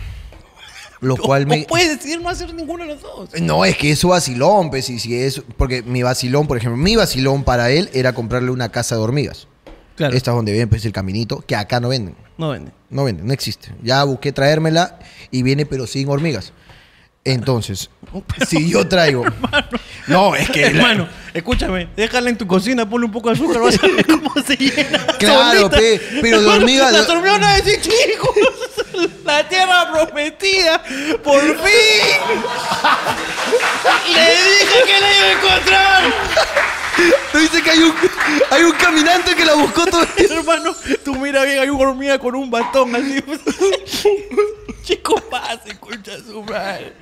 [SPEAKER 4] Lo cual me
[SPEAKER 3] No puedes decidir no hacer ninguno de los dos.
[SPEAKER 4] No, es que es su vacilón, pues, y si es porque mi vacilón, por ejemplo, mi vacilón para él era comprarle una casa de hormigas.
[SPEAKER 3] Claro.
[SPEAKER 4] Esta es donde ven pues el caminito que acá no venden.
[SPEAKER 3] No vende.
[SPEAKER 4] No venden, no existe. Ya busqué traérmela y viene pero sin hormigas. Entonces, si yo traigo No, es que la-
[SPEAKER 3] Hermano, escúchame, déjala en tu cocina, ponle un poco de azúcar, vas a
[SPEAKER 4] <laughs>
[SPEAKER 3] ver cómo se llena.
[SPEAKER 4] Claro,
[SPEAKER 3] solita.
[SPEAKER 4] pe, pero de
[SPEAKER 3] Hermano,
[SPEAKER 4] hormigas-
[SPEAKER 3] La hormiga va a decir, chicos, la tierra prometida, por fin. Le dije que la iba a encontrar.
[SPEAKER 4] no dice que hay un hay un caminante que la buscó todo el
[SPEAKER 3] Hermano, tú mira bien, hay una hormiga con un bastón así. <laughs> Chico, pase, escucha su madre.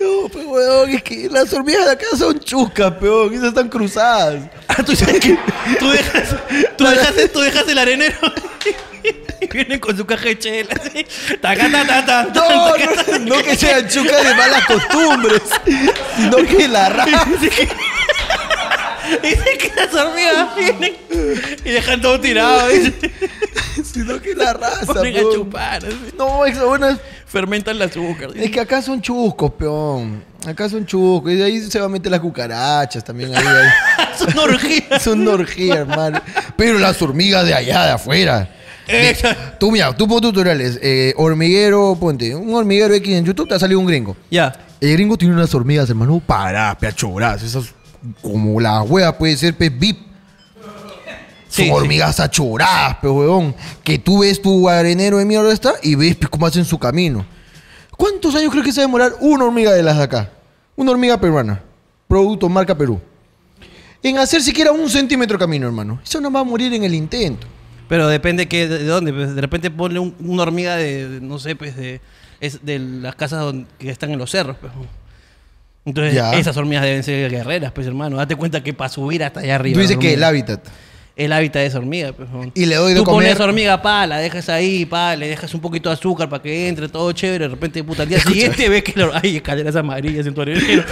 [SPEAKER 4] No, pues, weón, es que las hormigas de acá son chuscas, peón. Esas están cruzadas.
[SPEAKER 3] Ah, tú sabes que tú dejas, tú dejas, tú dejas el arenero. <laughs> Y vienen con su caja de chela. así. Taca, ta, ta, ta,
[SPEAKER 4] <laughs> No,
[SPEAKER 3] ta, taca, ta.
[SPEAKER 4] no, no que sean chuscas de malas costumbres, sino que la raja. <laughs>
[SPEAKER 3] Dicen que las hormigas vienen y dejan todo
[SPEAKER 4] <laughs>
[SPEAKER 3] tirado. Dicen,
[SPEAKER 4] Sino que la raza,
[SPEAKER 3] ponen a
[SPEAKER 4] peón.
[SPEAKER 3] chupar. así.
[SPEAKER 4] No, esas buenas.
[SPEAKER 3] Fermentan el azúcar.
[SPEAKER 4] Es que acá son chuscos, peón. Acá son chuscos. Y de ahí se van a meter las cucarachas también. Ahí, ahí. <laughs>
[SPEAKER 3] <laughs> Son orgías.
[SPEAKER 4] Es una orgía, hermano. Pero las hormigas de allá, de afuera.
[SPEAKER 3] Esa-
[SPEAKER 4] Tú, mira, tú pon tutoriales. eh, hormiguero, ponte. Un hormiguero X en YouTube te ha salido un gringo.
[SPEAKER 3] Ya.
[SPEAKER 4] El gringo tiene unas hormigas, hermano, para, peachoras. Esas, como las huevas, puede ser pez VIP.
[SPEAKER 3] Sí,
[SPEAKER 4] Son
[SPEAKER 3] sí.
[SPEAKER 4] hormigas achoradas, pe huevón. Que tú ves tu arenero de mierda está y ves pe, cómo hacen su camino. ¿Cuántos años crees que se va a demorar una hormiga de las de acá? Una hormiga peruana. Producto marca Perú. En hacer siquiera un centímetro de camino, hermano. Eso no va a morir en el intento.
[SPEAKER 3] Pero depende que, de dónde. pues, De repente ponle un- una hormiga de, de, no sé, pues de, es de las casas don- que están en los cerros. pues. Entonces,
[SPEAKER 4] Ya.
[SPEAKER 3] esas hormigas deben ser guerreras, pues hermano. Date cuenta que para subir hasta allá arriba.
[SPEAKER 4] Tú dices
[SPEAKER 3] la
[SPEAKER 4] que el
[SPEAKER 3] hormiga-
[SPEAKER 4] hábitat. <laughs>
[SPEAKER 3] el hábitat de esa hormiga. pues,
[SPEAKER 4] Y le doy de
[SPEAKER 3] Tú pones
[SPEAKER 4] comer-
[SPEAKER 3] hormiga, pa, la dejas ahí, pa, le dejas un poquito de azúcar para que entre, todo chévere. De repente, puta, al día siguiente ves que <laughs> la- hay escaleras amarillas en tu arenero.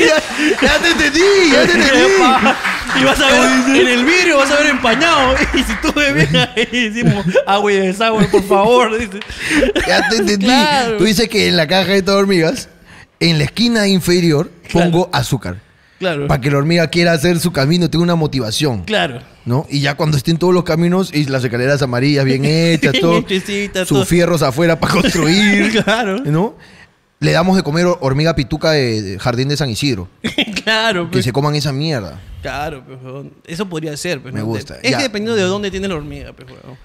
[SPEAKER 4] ya, ya te entendí, ya te entendí.
[SPEAKER 3] <laughs> Epa. <laughs> y vas a ver en el vidrio, vas a ver empañado. <laughs> Y si tú me ves ahí, decimos, agua y desagüe, por favor. dice.
[SPEAKER 4] Ya
[SPEAKER 3] <laughs>
[SPEAKER 4] te entendí.
[SPEAKER 3] Claro.
[SPEAKER 4] Tú dices que en la caja de estas hormigas, en la esquina inferior,
[SPEAKER 3] Claro.
[SPEAKER 4] pongo azúcar.
[SPEAKER 3] Claro,
[SPEAKER 4] Para que la hormiga quiera hacer su camino, tenga una motivación.
[SPEAKER 3] claro.
[SPEAKER 4] ¿No? Y ya cuando estén todos los caminos y las escaleras amarillas bien hechas,
[SPEAKER 3] <laughs> Bien
[SPEAKER 4] todo,
[SPEAKER 3] hechecitas,
[SPEAKER 4] sus
[SPEAKER 3] todo.
[SPEAKER 4] fierros afuera para construir,
[SPEAKER 3] <laughs> Claro.
[SPEAKER 4] ¿no? Le damos de comer hor- hormiga pituca de de Jardín de San Isidro.
[SPEAKER 3] <laughs> claro,
[SPEAKER 4] Que
[SPEAKER 3] pues.
[SPEAKER 4] se coman esa mierda.
[SPEAKER 3] Claro, pues, huevón. Eso podría ser, pues,
[SPEAKER 4] Me
[SPEAKER 3] ¿no?
[SPEAKER 4] gusta,
[SPEAKER 3] Es
[SPEAKER 4] ya.
[SPEAKER 3] que dependiendo de dónde tiene la hormiga, pues, huevón.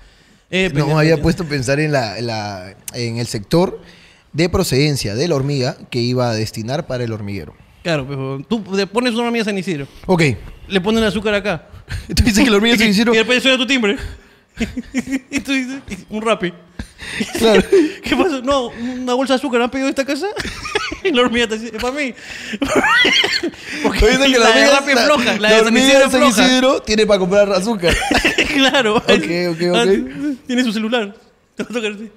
[SPEAKER 3] Eh, pues,
[SPEAKER 4] No había
[SPEAKER 3] dependiendo.
[SPEAKER 4] puesto a pensar en, la, en, la- en el sector de procedencia de la hormiga que iba a destinar para el hormiguero.
[SPEAKER 3] Claro, pues, huevón. tú le pones una hormiga a San Isidro,
[SPEAKER 4] Ok.
[SPEAKER 3] le ponen azúcar acá.
[SPEAKER 4] <laughs> Tú dices que la hormiga de San Isidro.
[SPEAKER 3] Y después suena tu timbre. <laughs> y tú dices, un rapi.
[SPEAKER 4] <laughs> Claro.
[SPEAKER 3] <laughs> ¿Qué pasó? No, una bolsa de azúcar, ¿han pedido en esta casa? <laughs> Y la hormiga te dice, para mí. <laughs> Porque
[SPEAKER 4] Dicen que
[SPEAKER 3] la, de
[SPEAKER 4] hormiga-
[SPEAKER 3] Rappi es floja, la, de San
[SPEAKER 4] hormiga
[SPEAKER 3] Isidro
[SPEAKER 4] de
[SPEAKER 3] es
[SPEAKER 4] San
[SPEAKER 3] floja.
[SPEAKER 4] Isidro tiene para comprar azúcar.
[SPEAKER 3] <laughs> claro. Ah,
[SPEAKER 4] Ok, ok, ok.
[SPEAKER 3] Tiene su celular. Te va a tocar así.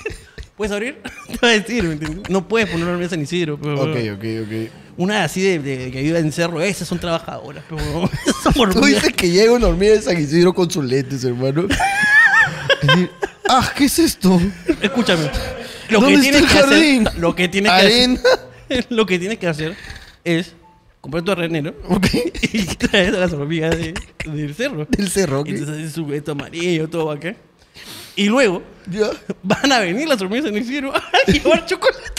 [SPEAKER 3] <laughs> ¿Puedes abrir? <laughs> Te va a decir, ¿me entiendes? No puedes poner una hormiga de San Isidro. pero-
[SPEAKER 4] ok, ok, ok.
[SPEAKER 3] Una así de, de- que vive en cerro, esas son trabajadoras. Pero, <laughs> pues son
[SPEAKER 4] Tú
[SPEAKER 3] hormigas.
[SPEAKER 4] dices que llega una hormiga de San Isidro con sus lentes, hermano. Es decir, ah, ¿qué es esto?
[SPEAKER 3] Escúchame. Lo
[SPEAKER 4] ¿Dónde
[SPEAKER 3] que
[SPEAKER 4] está
[SPEAKER 3] tienes
[SPEAKER 4] el
[SPEAKER 3] que
[SPEAKER 4] jardín?
[SPEAKER 3] hacer. Lo que tienes que
[SPEAKER 4] Arena.
[SPEAKER 3] hacer. <laughs> Lo que tienes que hacer es comprar tu arrenero. Y <laughs> traes a las hormigas de- del cerro.
[SPEAKER 4] Del cerro, ok.
[SPEAKER 3] Entonces haces su esto amarillo, todo acá. Y luego
[SPEAKER 4] Ya.
[SPEAKER 3] <laughs> van a venir las hormigas en el cielo <laughs> a llevar chocolate.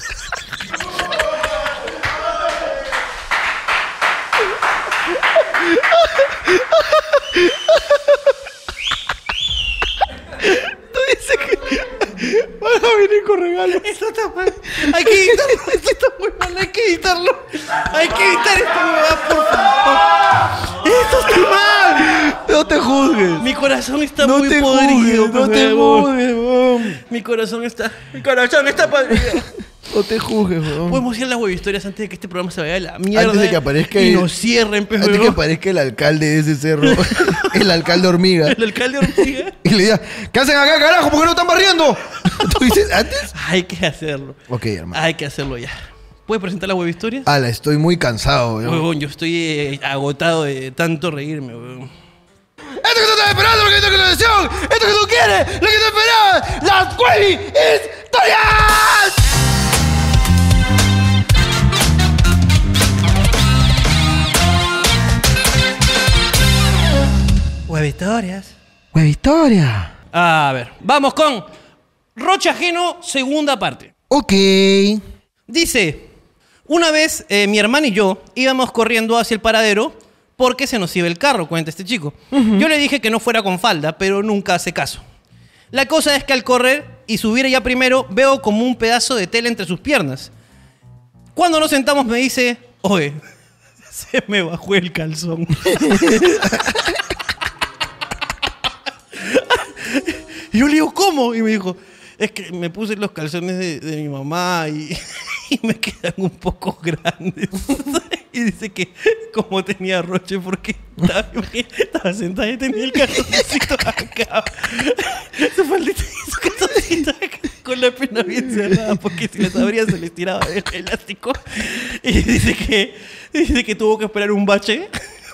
[SPEAKER 4] Van a venir con regalos.
[SPEAKER 3] Eso está mal. Hay que editarlo. <laughs> Esto está muy mal. Hay que editarlo. Hay que editar esto, huevada, por favor. Esto está mal.
[SPEAKER 4] No te juzgues.
[SPEAKER 3] Mi corazón está
[SPEAKER 4] No
[SPEAKER 3] muy
[SPEAKER 4] te
[SPEAKER 3] podrido. pues,
[SPEAKER 4] juzgues, no
[SPEAKER 3] por
[SPEAKER 4] te
[SPEAKER 3] favor.
[SPEAKER 4] juzgues, weón.
[SPEAKER 3] Mi corazón está. Mi corazón está podrido.
[SPEAKER 4] No te juzgues, weón.
[SPEAKER 3] Podemos ir a las webhistorias antes de que este programa se vaya a la
[SPEAKER 4] Mm.
[SPEAKER 3] mierda.
[SPEAKER 4] Antes de que aparezca
[SPEAKER 3] Y
[SPEAKER 4] el-
[SPEAKER 3] nos cierren, pues,
[SPEAKER 4] Antes que
[SPEAKER 3] huevón.
[SPEAKER 4] parezca el alcalde de ese cerro, <laughs> el alcalde hormiga,
[SPEAKER 3] <laughs> El alcalde hormiga.
[SPEAKER 4] y le diga, ¿qué hacen acá, carajo? ¿Por qué no están barriendo? <laughs> Tú dices, ¿antes?
[SPEAKER 3] Hay que hacerlo.
[SPEAKER 4] Ok, hermano.
[SPEAKER 3] Hay que hacerlo ya. ¿Puedes presentar las webhistorias?
[SPEAKER 4] Ala, estoy muy cansado, weón.
[SPEAKER 3] Huevón, yo estoy eh, agotado de tanto reírme, huevón.
[SPEAKER 6] Esto que tú estás esperando, lo que tú que deseo, esto que tú quieres, lo que tú esperabas, las Webby Historias.
[SPEAKER 3] Webhistorias.
[SPEAKER 4] Web historia.
[SPEAKER 3] A ver, vamos con Rocha Ajeno, segunda parte.
[SPEAKER 4] Ok.
[SPEAKER 3] Dice, una vez eh, mi hermana y yo íbamos corriendo hacia el paradero porque se nos iba el carro, cuenta este chico. Yo le dije que no fuera con falda, pero nunca hace caso. La cosa es que al correr y subir ella primero, veo como un pedazo de tela entre sus piernas. Cuando nos sentamos me dice, oye, <laughs> se me bajó el calzón. Y yo le digo, ¿cómo? Y me dijo, es que me puse los calzones de, de mi mamá y, <laughs> y me quedan un poco grandes. <laughs> y dice que como tenía roche porque estaba, estaba sentada y tenía el calzoncito acá. su faldita y su calzoncito acá. Con la pierna bien cerrada, porque si las abría se les tiraba el elástico. Y dice que, dice que tuvo que esperar un bache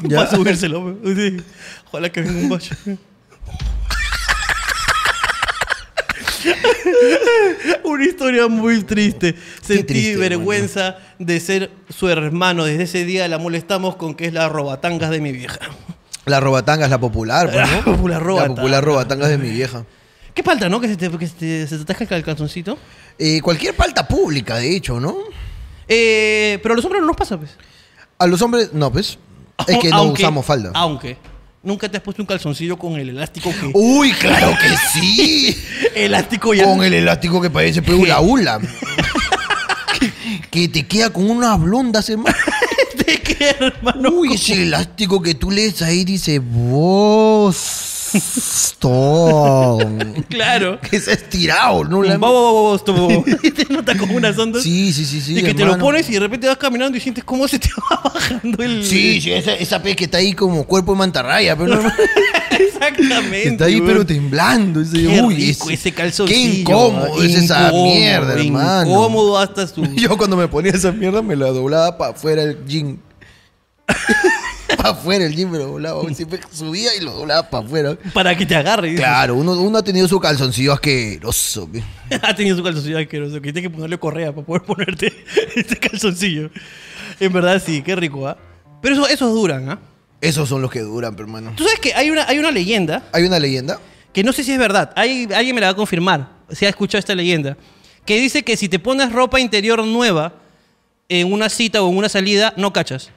[SPEAKER 4] Ya.
[SPEAKER 3] para subírselo. Dice, Ojalá que venga un bache. Una historia muy triste. Sentí
[SPEAKER 4] triste,
[SPEAKER 3] vergüenza de ser su hermano. Desde ese día la molestamos con que es la robatangas de mi vieja.
[SPEAKER 4] La robatanga es la popular, pues, ¿no?
[SPEAKER 3] La popular
[SPEAKER 4] La
[SPEAKER 3] robatanga.
[SPEAKER 4] popular robatanga es de mi vieja.
[SPEAKER 3] ¿Qué falta, no? Que se te, que se te, se te atasca el calzoncito.
[SPEAKER 4] Eh, cualquier falta pública, de hecho, ¿no?
[SPEAKER 3] Eh, pero a los hombres no nos pasa, pues.
[SPEAKER 4] A los hombres, no, pues. Es que no
[SPEAKER 3] Aunque-
[SPEAKER 4] usamos falda.
[SPEAKER 3] Aunque. Nunca te has puesto un calzoncillo con el elástico que...
[SPEAKER 4] Uy, claro que <laughs> sí.
[SPEAKER 3] elástico ya...
[SPEAKER 4] Uh, con el elástico que parece pues, una
[SPEAKER 3] <laughs>
[SPEAKER 4] hula. que te queda con unas blondas,
[SPEAKER 3] <laughs>
[SPEAKER 4] hermano.
[SPEAKER 3] ¿De qué, hermano?
[SPEAKER 4] Uy, ese elástico que tú lees ahí dice
[SPEAKER 3] <laughs>
[SPEAKER 4] Boston.
[SPEAKER 3] Claro.
[SPEAKER 4] que se ha estirado, ¿no? La-
[SPEAKER 3] Vamos, vamos, vamos.
[SPEAKER 4] <laughs>
[SPEAKER 3] <laughs> Te nota como unas ondas.
[SPEAKER 4] Sí, sí, sí, sí.
[SPEAKER 3] y que te lo
[SPEAKER 4] hermano.
[SPEAKER 3] pones y de repente vas caminando y sientes cómo se te va <laughs> bajando el...
[SPEAKER 4] Sí, sí, esa, esa pez que está ahí como cuerpo de mantarraya, pero no-
[SPEAKER 3] <laughs> Exactamente.
[SPEAKER 4] está ahí
[SPEAKER 3] weón.
[SPEAKER 4] pero temblando. Ese,
[SPEAKER 3] Qué
[SPEAKER 4] uy,
[SPEAKER 3] rico ese calzoncillo.
[SPEAKER 4] Qué incómodo es esa
[SPEAKER 3] incómodo,
[SPEAKER 4] mierda, hermano.
[SPEAKER 3] Incómodo hasta su...
[SPEAKER 4] <laughs> Yo cuando me ponía esa mierda me la doblaba para afuera el <laughs> jean. para afuera el jean me lo doblaba. Siempre subía y lo doblaba para afuera.
[SPEAKER 3] Para que te agarre. dices.
[SPEAKER 4] Claro, uno, uno ha tenido su calzoncillo asqueroso. pe.
[SPEAKER 3] <laughs> ha tenido su calzoncillo asqueroso. Que tienes que ponerle correa para poder ponerte <laughs> este calzoncillo. En verdad, sí. Qué rico, ¿ah? Pero eso- esos duran, ¿ah?
[SPEAKER 4] Esos son los que duran, pero, hermano.
[SPEAKER 3] Tú sabes que hay una, hay una leyenda
[SPEAKER 4] Hay una leyenda.
[SPEAKER 3] que no sé si es verdad. Hay, alguien me la va a confirmar, si ha escuchado esta leyenda, que dice que si te pones ropa interior nueva en una cita o en una salida, no cachas.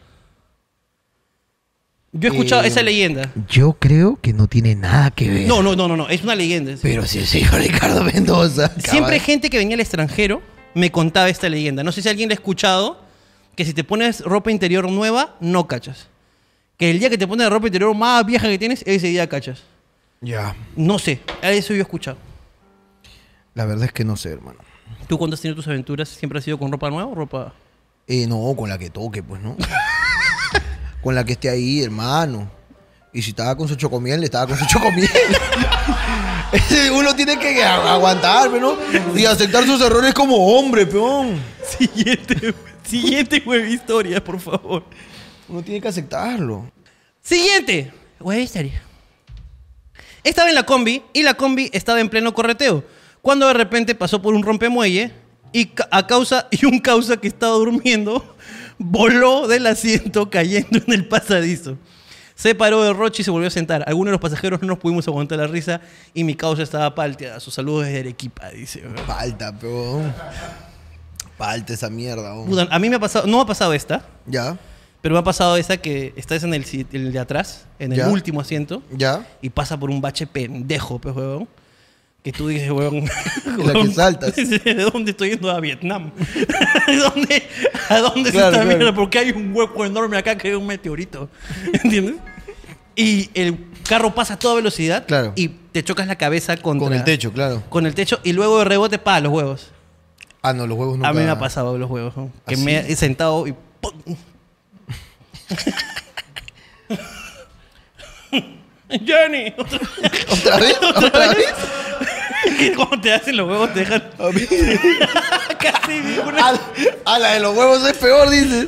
[SPEAKER 3] Yo he escuchado
[SPEAKER 4] Eh,
[SPEAKER 3] esa leyenda.
[SPEAKER 4] Yo creo que no tiene nada que ver.
[SPEAKER 3] No, no, no, no, no, es una leyenda.
[SPEAKER 4] Pero si el señor <laughs> Ricardo Mendoza. acaba
[SPEAKER 3] Siempre
[SPEAKER 4] de-
[SPEAKER 3] gente que venía al extranjero me contaba esta leyenda. No sé si alguien la ha escuchado, que si te pones ropa interior nueva, no cachas. Que el día que te pones la ropa interior más vieja que tienes, ese día cachas.
[SPEAKER 4] Ya.
[SPEAKER 3] No sé, eso yo he escuchado.
[SPEAKER 4] La verdad es que no sé, hermano.
[SPEAKER 3] ¿Tú cuando has tenido tus aventuras siempre has sido con ropa nueva o ropa...?
[SPEAKER 4] Eh, no, con la que toque, pues, ¿no? <laughs> con la que esté ahí, hermano. Y si estaba con su chocomiel, estaba con su chocomiel. <laughs> Ese Uno tiene que a- aguantar, pues, ¿no? Y aceptar sus errores como hombre, peón.
[SPEAKER 3] <laughs> Siguiente, siguiente web historia, por favor.
[SPEAKER 4] Uno tiene que aceptarlo.
[SPEAKER 3] Siguiente. Güey, historia. Estaba en la combi y la combi estaba en pleno correteo. Cuando de repente pasó por un rompemuelle y ca- a causa y un causa que estaba durmiendo <laughs> voló del asiento cayendo en el pasadizo. Se paró de roche y se volvió a sentar. Algunos de los pasajeros no nos pudimos aguantar la risa y mi causa estaba palteada. Sus saludos desde Arequipa, dice.
[SPEAKER 4] Falta, peón. Falta esa mierda, hombre.
[SPEAKER 3] Puta, a mí me ha pasado, no me ha pasado esta,
[SPEAKER 4] Ya,
[SPEAKER 3] pero me ha pasado esa que estás en el, si- el de atrás, en el
[SPEAKER 4] Ya.
[SPEAKER 3] último asiento.
[SPEAKER 4] ya.
[SPEAKER 3] y pasa por un bache pendejo, pues, huevón. Que tú dices, huevón.
[SPEAKER 4] <laughs>
[SPEAKER 3] <laughs>
[SPEAKER 4] La que saltas.
[SPEAKER 3] ¿De dónde estoy yendo a Vietnam? <laughs> ¿De dónde, ¿A dónde se
[SPEAKER 4] Claro,
[SPEAKER 3] está
[SPEAKER 4] claro.
[SPEAKER 3] mierda? Porque hay un hueco enorme acá que es un meteorito. <laughs> ¿Entiendes? Y el carro pasa a toda velocidad
[SPEAKER 4] Claro.
[SPEAKER 3] y te chocas la cabeza contra,
[SPEAKER 4] Con el techo, claro.
[SPEAKER 3] Con el techo y luego de rebote, pa, los huevos.
[SPEAKER 4] Ah, no, los huevos no ¿Ah,
[SPEAKER 3] A mí me ha pasado los huevos. ¿no? Que
[SPEAKER 4] ¿Así?
[SPEAKER 3] me he sentado y. ¡pum! <laughs> Johnny, otra
[SPEAKER 4] <laughs> ¿Otra vez?
[SPEAKER 3] <laughs>
[SPEAKER 4] ¿Otra vez?
[SPEAKER 3] que como te hacen los huevos, te dejan
[SPEAKER 4] A mí-
[SPEAKER 3] <laughs> casi una-
[SPEAKER 4] A, a Ah, la de los huevos es peor, dices.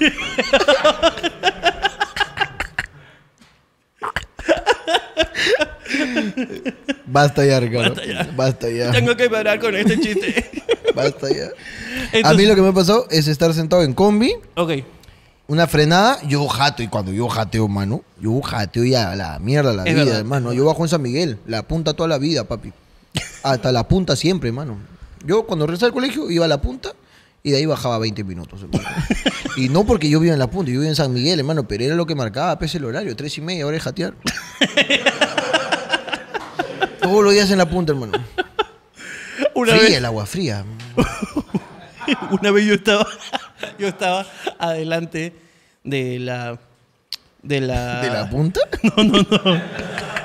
[SPEAKER 4] Basta ya, Ricardo. Basta ya. Basta ya.
[SPEAKER 3] Tengo que parar con este chiste.
[SPEAKER 4] a mí
[SPEAKER 3] Entonces-
[SPEAKER 4] lo que me pasó es estar sentado en combi,
[SPEAKER 3] Ok.
[SPEAKER 4] una frenada, yo jato. Y cuando yo jateo, mano, yo jateo ya a la mierda, a la
[SPEAKER 3] Es
[SPEAKER 4] vida,
[SPEAKER 3] verdad.
[SPEAKER 4] hermano. Yo bajo en San Miguel, la punta toda la vida, papi. Hasta la punta siempre, hermano. Yo cuando regresaba al colegio iba a la punta y de ahí bajaba 20 minutos, hermano. Y no porque yo vivo en la punta, yo vivo en San Miguel, hermano, pero era lo que marcaba, pese el horario, tres y media, hora de
[SPEAKER 3] <laughs>
[SPEAKER 4] jatear. Todos los días en la punta, hermano.
[SPEAKER 3] Una
[SPEAKER 4] Fría
[SPEAKER 3] vez,
[SPEAKER 4] el agua, fría.
[SPEAKER 3] una vez yo estaba, <laughs> yo estaba adelante de la, de la,
[SPEAKER 4] ¿De
[SPEAKER 3] <laughs>
[SPEAKER 4] la punta?
[SPEAKER 3] no, no, no,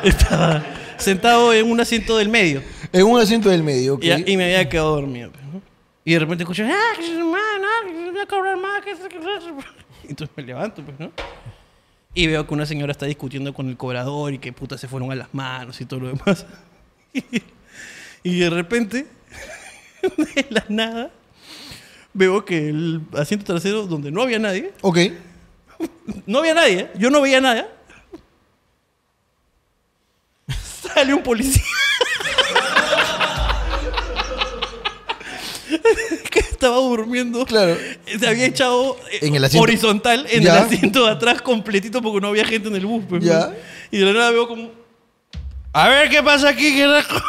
[SPEAKER 3] estaba sentado en un asiento del medio
[SPEAKER 4] En un asiento del medio, ok.
[SPEAKER 3] y, y me había quedado dormido. pues, ¿no? Y de repente escucho, ah, que se- man, ah, que se- voy a cobrar más, que se- que se-". <laughs> Y Entonces me levanto, pues, ¿no? Y veo que una señora está discutiendo con el cobrador y que puta se fueron a las manos y todo lo demás. <laughs> Y de repente, <laughs> de la nada, veo que el asiento trasero, donde no había nadie,
[SPEAKER 4] Ok.
[SPEAKER 3] no había nadie, ¿eh? yo no veía nada, <laughs> sale un policía. <laughs> que estaba durmiendo.
[SPEAKER 4] Claro.
[SPEAKER 3] Se había echado eh,
[SPEAKER 4] En el asiento.
[SPEAKER 3] horizontal en
[SPEAKER 4] Ya.
[SPEAKER 3] el asiento de atrás completito porque no había gente en el bus. pues,
[SPEAKER 4] Ya.
[SPEAKER 3] ¿no? Y de la nada veo como... A ver qué pasa aquí, carajo.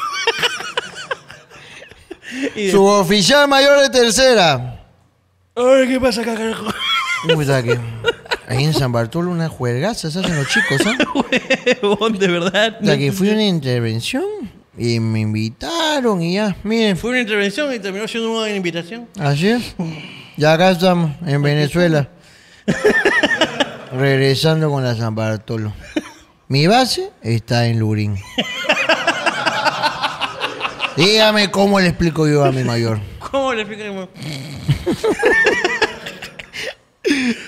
[SPEAKER 3] y de-
[SPEAKER 4] Su oficial mayor de tercera.
[SPEAKER 3] A ver qué pasa acá, carajo. <laughs>
[SPEAKER 4] Puta que. Ahí en San Bartolo unas juergazas hacen los chicos, ¿ah?
[SPEAKER 3] Huevón, de verdad.
[SPEAKER 4] O sea, que fui a una intervención y me invitaron y ya. Miren,
[SPEAKER 3] Fue una intervención y terminó siendo una invitación.
[SPEAKER 4] así es. Ya acá estamos, en Venezuela. Regresando con la San Bartolo. Mi base está en Lurín. Dígame cómo le explico yo a mi mayor.
[SPEAKER 3] ¿Cómo le explicaremos?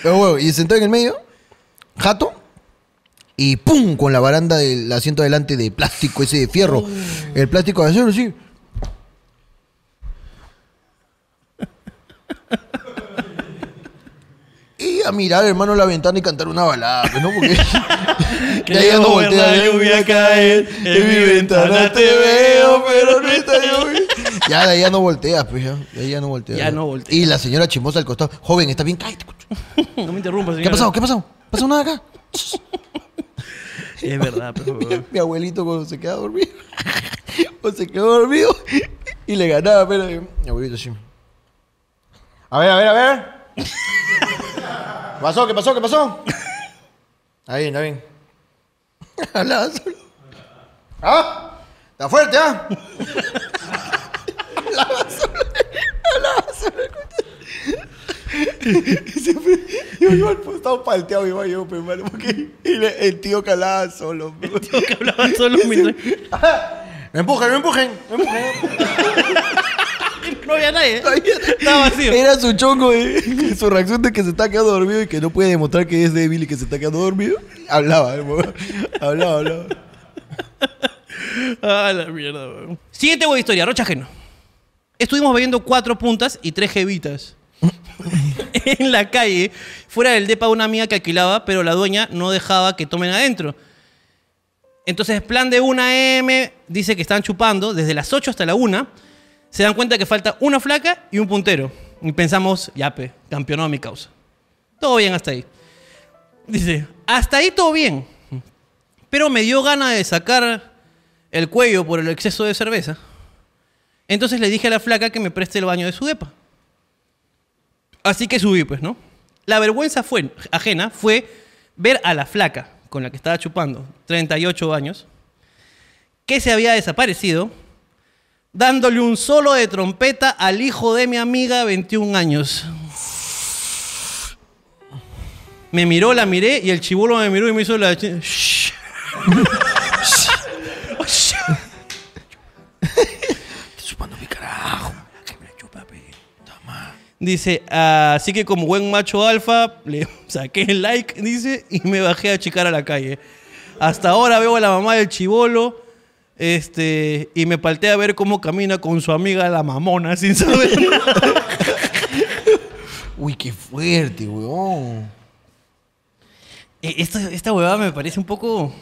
[SPEAKER 4] Pero bueno, y sentado en el medio, jato, y ¡pum! con la baranda del asiento adelante de plástico, ese de fierro. El plástico de acero,
[SPEAKER 3] <laughs>
[SPEAKER 4] sí. Y a mirar, hermano, la ventana y cantar una balada, pues, ¿no?
[SPEAKER 3] <laughs>
[SPEAKER 4] Porque
[SPEAKER 3] Que no voltea la lluvia a caer, en mi ventana te veo, pero no está lluvia.
[SPEAKER 4] Ya, de ahí ya no volteas, pues ya. De ahí ya no volteas.
[SPEAKER 3] Ya no volteas.
[SPEAKER 4] Y la señora chismosa al costado. Joven, está bien, cállate. coño.
[SPEAKER 3] No me interrumpas,
[SPEAKER 4] ¿Qué ha pasado? ¿Qué ha pasado? ¿Pasó nada acá?
[SPEAKER 3] Es verdad,
[SPEAKER 4] <laughs>
[SPEAKER 3] pero...
[SPEAKER 4] Mi, mi abuelito cuando se queda dormido, <laughs> o se quedó dormido y le ganaba, pero eh, mi abuelito sí.
[SPEAKER 6] A ver, a ver, a ver.
[SPEAKER 4] <laughs> ¿Qué pasó? ¿Qué pasó? ¿Qué pasó? Está bien, está <laughs> bien. Hablaba solo. ¿Ah? Está fuerte, <laughs> ¿ah? Hablaba solo. Hablaba solo. Y siempre yo iba al estaba palteado, iba yo, pero hermano, porque el, el tío calaba solo. pe.
[SPEAKER 3] <laughs> que hablaba solo mientras...
[SPEAKER 4] Me empujen, me empujen, me empujen.
[SPEAKER 3] No no había nadie. Estaba vacío.
[SPEAKER 4] Era su chongo, eh. Su reacción de que se está quedando dormido y que no puede demostrar que es débil y que se está quedando dormido. Hablaba, el huevón. hablaba, hablaba.
[SPEAKER 3] Ah, la mierda, weón. Siguiente web historia, Rocha Ajeno. Estuvimos bebiendo cuatro puntas y tres jevitas. <laughs> en la calle, fuera del depa de una amiga que alquilaba, pero la dueña no dejaba que tomen adentro. Entonces, plan de 1 AM, dice que están chupando desde las 8 hasta la 1. Se dan cuenta que falta una flaca y un puntero. Y pensamos, yape, campeonó mi causa. Todo bien hasta ahí. Dice, hasta ahí todo bien. Pero me dio gana de sacar el cuello por el exceso de cerveza. Entonces le dije a la flaca que me preste el baño de su depa. Así que subí, pues, ¿no? La vergüenza fue, ajena fue ver a la flaca con la que estaba chupando, 38 años, que se había desaparecido, dándole un solo de trompeta al hijo de mi amiga, 21 años. Me miró, la miré y el chibolo me miró y me hizo la... chi- Shh. Shh.
[SPEAKER 1] chupando mi carajo. Que me la chupa, pe.
[SPEAKER 3] Dice, así que como buen macho alfa, le <laughs> saqué el like, dice, y me bajé a chicar a la calle. Hasta ahora veo a la mamá del chivolo, este, y me palteé a ver cómo camina con su amiga la mamona <laughs> sin saber nada.
[SPEAKER 4] Uy, qué fuerte, weón.
[SPEAKER 3] Eh, Esta, esta huevada me parece un poco.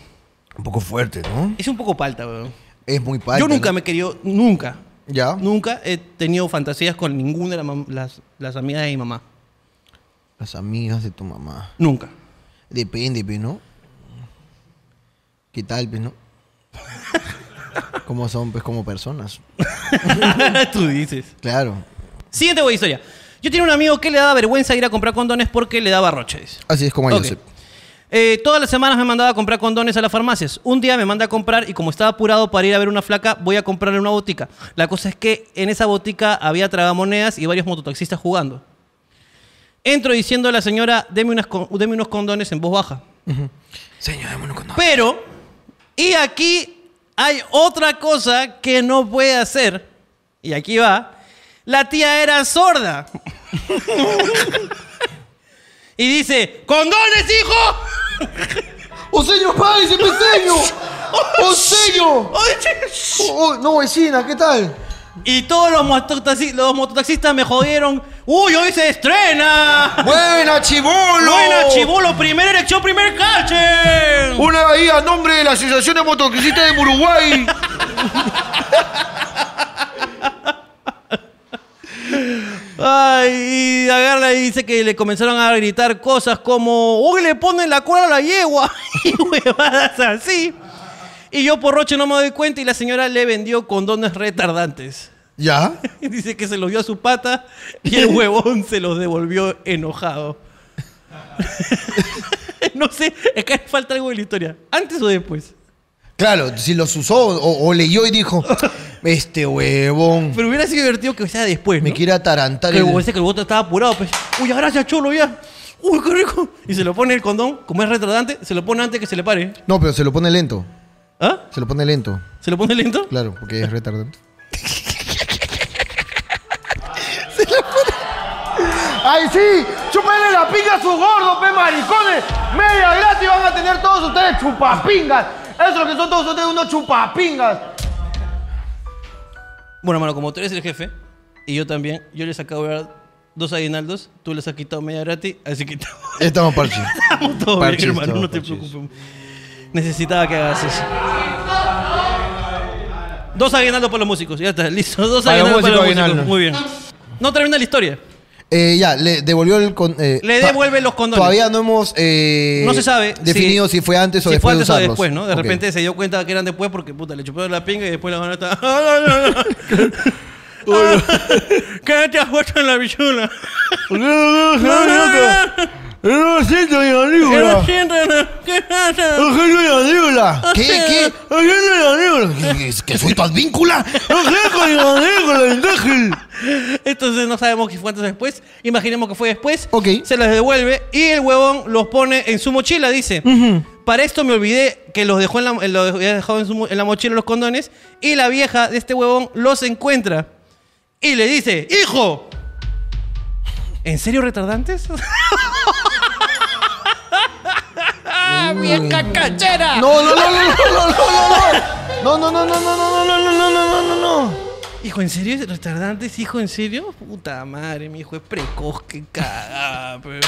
[SPEAKER 4] Un poco fuerte, ¿no?
[SPEAKER 3] Es un poco palta, weón.
[SPEAKER 4] Es muy padre.
[SPEAKER 3] Yo nunca me he querido, nunca,
[SPEAKER 4] ¿Ya?
[SPEAKER 3] nunca he tenido fantasías con ninguna de la mam- las, las amigas de mi mamá.
[SPEAKER 4] Las amigas de tu mamá.
[SPEAKER 3] <laughs> Nunca.
[SPEAKER 4] Depende, pe, ¿no? ¿Qué tal, pe, no? ¿Cómo son, pues, como personas?
[SPEAKER 3] Tú dices.
[SPEAKER 4] Claro.
[SPEAKER 3] Siguiente buena historia. Yo tenía un amigo que le daba vergüenza ir a comprar condones porque le daba roche. dice.
[SPEAKER 4] Así es como
[SPEAKER 3] Ok.
[SPEAKER 4] ellos.
[SPEAKER 3] Eh, todas las semanas me mandaba a comprar condones a las farmacias. Un día me manda a comprar y como estaba apurado para ir a ver una flaca, voy a comprar en una botica. La cosa es que en esa botica había tragamonedas y varios mototaxistas jugando. Entro diciendo a la señora, deme, unas con- deme unos condones en voz baja.
[SPEAKER 1] Señor, démonos con
[SPEAKER 3] Pero, y aquí hay otra cosa que no puede hacer. Y aquí va. La tía
[SPEAKER 4] <laughs>
[SPEAKER 3] era sorda. y dice, ¡condones, hijo!
[SPEAKER 6] ¡Oseño, páguese, <laughs> peseño! ¡Oseño! Oh, no, vecina, ¿qué tal?
[SPEAKER 3] y todos los, mototaxi- los mototaxistas me jodieron. ¡Uy, hoy se estrena!
[SPEAKER 6] ¡Buena, chibolo!
[SPEAKER 3] ¡Buena, chibolo! ¡Primera elección, primer cache!
[SPEAKER 6] Una ahí a nombre de la Asociación de Motociclistas de <laughs> Uruguay.
[SPEAKER 3] Ay, y agarra y dice que le comenzaron a gritar cosas como, hoy le ponen la cola a la yegua <laughs> y huevadas así. Y yo por roche no me doy cuenta y la señora le vendió condones retardantes.
[SPEAKER 4] ¿Ya?
[SPEAKER 3] Y <laughs> dice que se los dio a su pata y <laughs> el huevón se los devolvió enojado. <laughs> no sé, es que falta algo de la historia. ¿Antes o después?
[SPEAKER 4] Claro, si los usó o, o leyó y dijo, este huevón,
[SPEAKER 3] Pero hubiera sido divertido que sea después,
[SPEAKER 4] me
[SPEAKER 3] ¿no?
[SPEAKER 4] quiere atarantar.
[SPEAKER 3] Que el
[SPEAKER 4] el-
[SPEAKER 3] huevón dice que el voto estaba apurado, pues. Uy, ya, gracias, chulo, ya. Uy, qué rico. Y se lo pone el condón, como es retardante, se lo pone antes que se le pare.
[SPEAKER 4] No, pero se lo pone lento.
[SPEAKER 3] ¿Ah?
[SPEAKER 4] Se lo pone lento.
[SPEAKER 3] ¿Se lo pone lento?
[SPEAKER 4] Claro, porque es retardante.
[SPEAKER 6] ¡Ay, sí! ¡Chúpenle la pinga a sus gordos, pe maricones! ¡Media gratis van a tener todos ustedes chupapingas! ¡Eso es lo que son todos ustedes, unos <laughs> chupapingas!
[SPEAKER 3] Bueno, hermano, como tú eres el jefe, y yo también, yo les acabo de dar dos aguinaldos, tú les has quitado media gratis, así que <laughs> estamos
[SPEAKER 4] Estamos
[SPEAKER 3] <laughs>
[SPEAKER 4] parches.
[SPEAKER 3] todo
[SPEAKER 4] Parches,
[SPEAKER 3] bien, hermano,
[SPEAKER 4] todo
[SPEAKER 3] no te
[SPEAKER 4] parches.
[SPEAKER 3] preocupes. Necesitaba que hagas eso. Dos aguinaldos para los músicos, ya está, listo. Dos
[SPEAKER 4] Para los
[SPEAKER 3] aguinaldos para los músicos,
[SPEAKER 4] músicos,
[SPEAKER 3] muy bien. No termina la historia.
[SPEAKER 4] Eh, ya, le devolvió el. con- eh,
[SPEAKER 3] Le
[SPEAKER 4] ta-
[SPEAKER 3] devuelve los condones.
[SPEAKER 4] Todavía no hemos. eh,
[SPEAKER 3] No se sabe.
[SPEAKER 4] Definido si, fue antes o
[SPEAKER 3] si
[SPEAKER 4] después
[SPEAKER 3] fue antes
[SPEAKER 4] de
[SPEAKER 3] o
[SPEAKER 4] usarlos.
[SPEAKER 3] después, ¿no? De
[SPEAKER 4] Ok.
[SPEAKER 3] repente se dio cuenta que eran después porque, puta, le chuparon la pinga y después la mano <laughs> estaba... <laughs> ¿Qué te has puesto en la bichula? <laughs>
[SPEAKER 6] ¡No siento mi
[SPEAKER 3] Yo siento- ¿Qué pasa?
[SPEAKER 6] ¡Ojito mi <laughs> mandíbula!
[SPEAKER 4] ¿Qué? ¿Qué?
[SPEAKER 6] ¡Ojito mi mandíbula!
[SPEAKER 3] <laughs>
[SPEAKER 4] ¿Es ¿Que soy tu advíncula?
[SPEAKER 6] ¡Ojito mi mandíbula, imbécil!
[SPEAKER 3] <laughs> Entonces no sabemos si fue antes o después. Imaginemos que fue después.
[SPEAKER 4] Ok.
[SPEAKER 3] Se las devuelve y el huevón los pone en su mochila, dice. Para esto me olvidé que los dejó en la, en- los había dejado en, su mo- en la mochila los condones y la vieja de este huevón los encuentra. y le dice, hijo, ¿en serio retardantes? <laughs>
[SPEAKER 5] ¡Bien cacachera!
[SPEAKER 6] No, no, no, no, no, no, no, no, no, no, no, no, no, no, no, no, no, no, no, no.
[SPEAKER 3] Hijo, ¿en serio es retardantes? Hijo, ¿en serio? Puta madre, mi hijo es precoz, que cagada, pero... <laughs>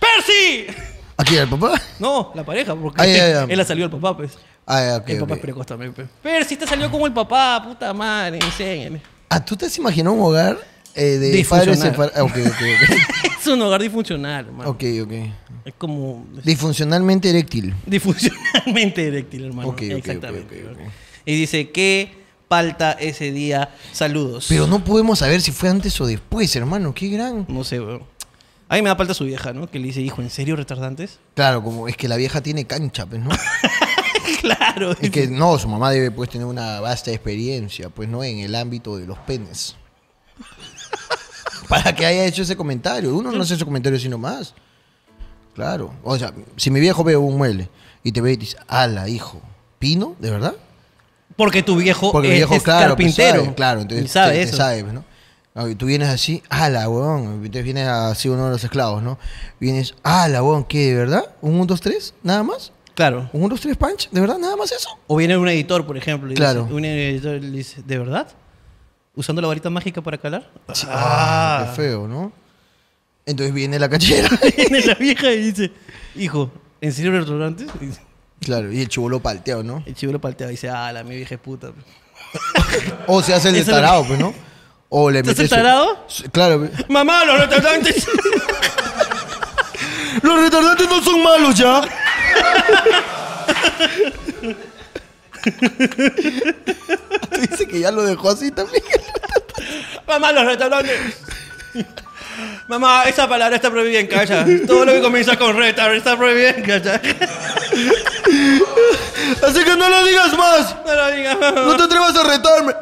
[SPEAKER 3] ¡Percy!
[SPEAKER 4] ¿Aquí el papá?
[SPEAKER 3] No, la pareja, porque
[SPEAKER 4] Ah, ya, ya.
[SPEAKER 3] él la salió al papá, pues.
[SPEAKER 4] Ah, ya, ok,
[SPEAKER 3] el papá
[SPEAKER 4] ok.
[SPEAKER 3] es precoz también, pues. Percy te salió como el papá, puta madre, enséñame. <laughs>
[SPEAKER 4] Ah, ¿tú te has imaginado un hogar eh, de
[SPEAKER 3] Disfuncional.
[SPEAKER 4] padres separados? Ah, ok, ok,
[SPEAKER 3] es un hogar disfuncional,
[SPEAKER 4] ok.
[SPEAKER 3] <laughs> hermano.
[SPEAKER 4] ok, ok.
[SPEAKER 3] Es como
[SPEAKER 4] Disfuncionalmente eréctil.
[SPEAKER 3] disfuncionalmente eréctil, hermano.
[SPEAKER 4] Ok, ok, ok,
[SPEAKER 3] Exactamente.
[SPEAKER 4] ok, ok.
[SPEAKER 3] Y dice, ¿qué palta ese día? Saludos.
[SPEAKER 4] Pero no podemos saber si fue antes o después, hermano. Qué gran.
[SPEAKER 3] No sé, weón. A mí me da palta su vieja, ¿no? Que le dice, hijo, ¿en serio retardantes? <laughs>
[SPEAKER 4] Claro, como es que la vieja tiene cancha, pues, ¿no?
[SPEAKER 3] claro.
[SPEAKER 4] Es que no, su mamá debe pues tener una vasta experiencia, pues, ¿no? En el ámbito de los penes. <laughs> Para que haya hecho ese comentario. Uno no hace ese comentario sino más. Claro. O sea, si mi viejo ve un mueble y te ve y te dice, ala, hijo, ¿pino? ¿De verdad?
[SPEAKER 3] Porque tu viejo
[SPEAKER 4] Porque
[SPEAKER 3] es,
[SPEAKER 4] el viejo,
[SPEAKER 3] es
[SPEAKER 4] claro, pues,
[SPEAKER 3] carpintero.
[SPEAKER 4] sabe, claro, entonces
[SPEAKER 3] Y sabe
[SPEAKER 4] te- te
[SPEAKER 3] eso.
[SPEAKER 4] sabe, pues, ¿no? Ah, Y tú vienes así, ala, weón. Entonces vienes así uno de los esclavos, ¿no? Vienes, ala, weón, ¿qué? ¿De verdad? ¿Un, un, dos, tres? ¿Nada más?
[SPEAKER 3] Claro.
[SPEAKER 4] ¿Un, un, dos, tres, punch? ¿De verdad? ¿Nada más eso?
[SPEAKER 3] O viene un editor, por ejemplo. Y
[SPEAKER 4] Claro.
[SPEAKER 3] Dice, un editor le dice, ¿de verdad? ¿Usando la varita mágica para calar? <laughs>
[SPEAKER 4] Ah, qué feo, ¿no? Entonces viene la cachera. <laughs>
[SPEAKER 3] Viene la vieja y dice, hijo, ¿en serio retardantes? Y dice,
[SPEAKER 4] claro, y el chivolo palteado, ¿no?
[SPEAKER 3] El chivo lo paltea y dice, ah, la mi vieja es puta.
[SPEAKER 4] O se hace el de
[SPEAKER 3] Eso es lo que-
[SPEAKER 4] tarado, pues, ¿no? O le
[SPEAKER 3] ¿Te hace
[SPEAKER 4] metes
[SPEAKER 3] el
[SPEAKER 4] su-
[SPEAKER 3] tarado?
[SPEAKER 4] su- Claro. <laughs> pe-
[SPEAKER 3] ¡Mamá, los retardantes!
[SPEAKER 4] <laughs> Los retardantes no son malos ya. Tú dices que ya lo dejó así
[SPEAKER 3] <laughs>
[SPEAKER 4] también.
[SPEAKER 3] ¡Mamá, los retardantes! Mamá, esa palabra está prohibida en casa. Todo lo que comienza con retar está prohibido en casa.
[SPEAKER 4] Así que no lo digas más.
[SPEAKER 3] No lo digas,
[SPEAKER 4] No
[SPEAKER 3] mamá.
[SPEAKER 4] te atrevas a retarme.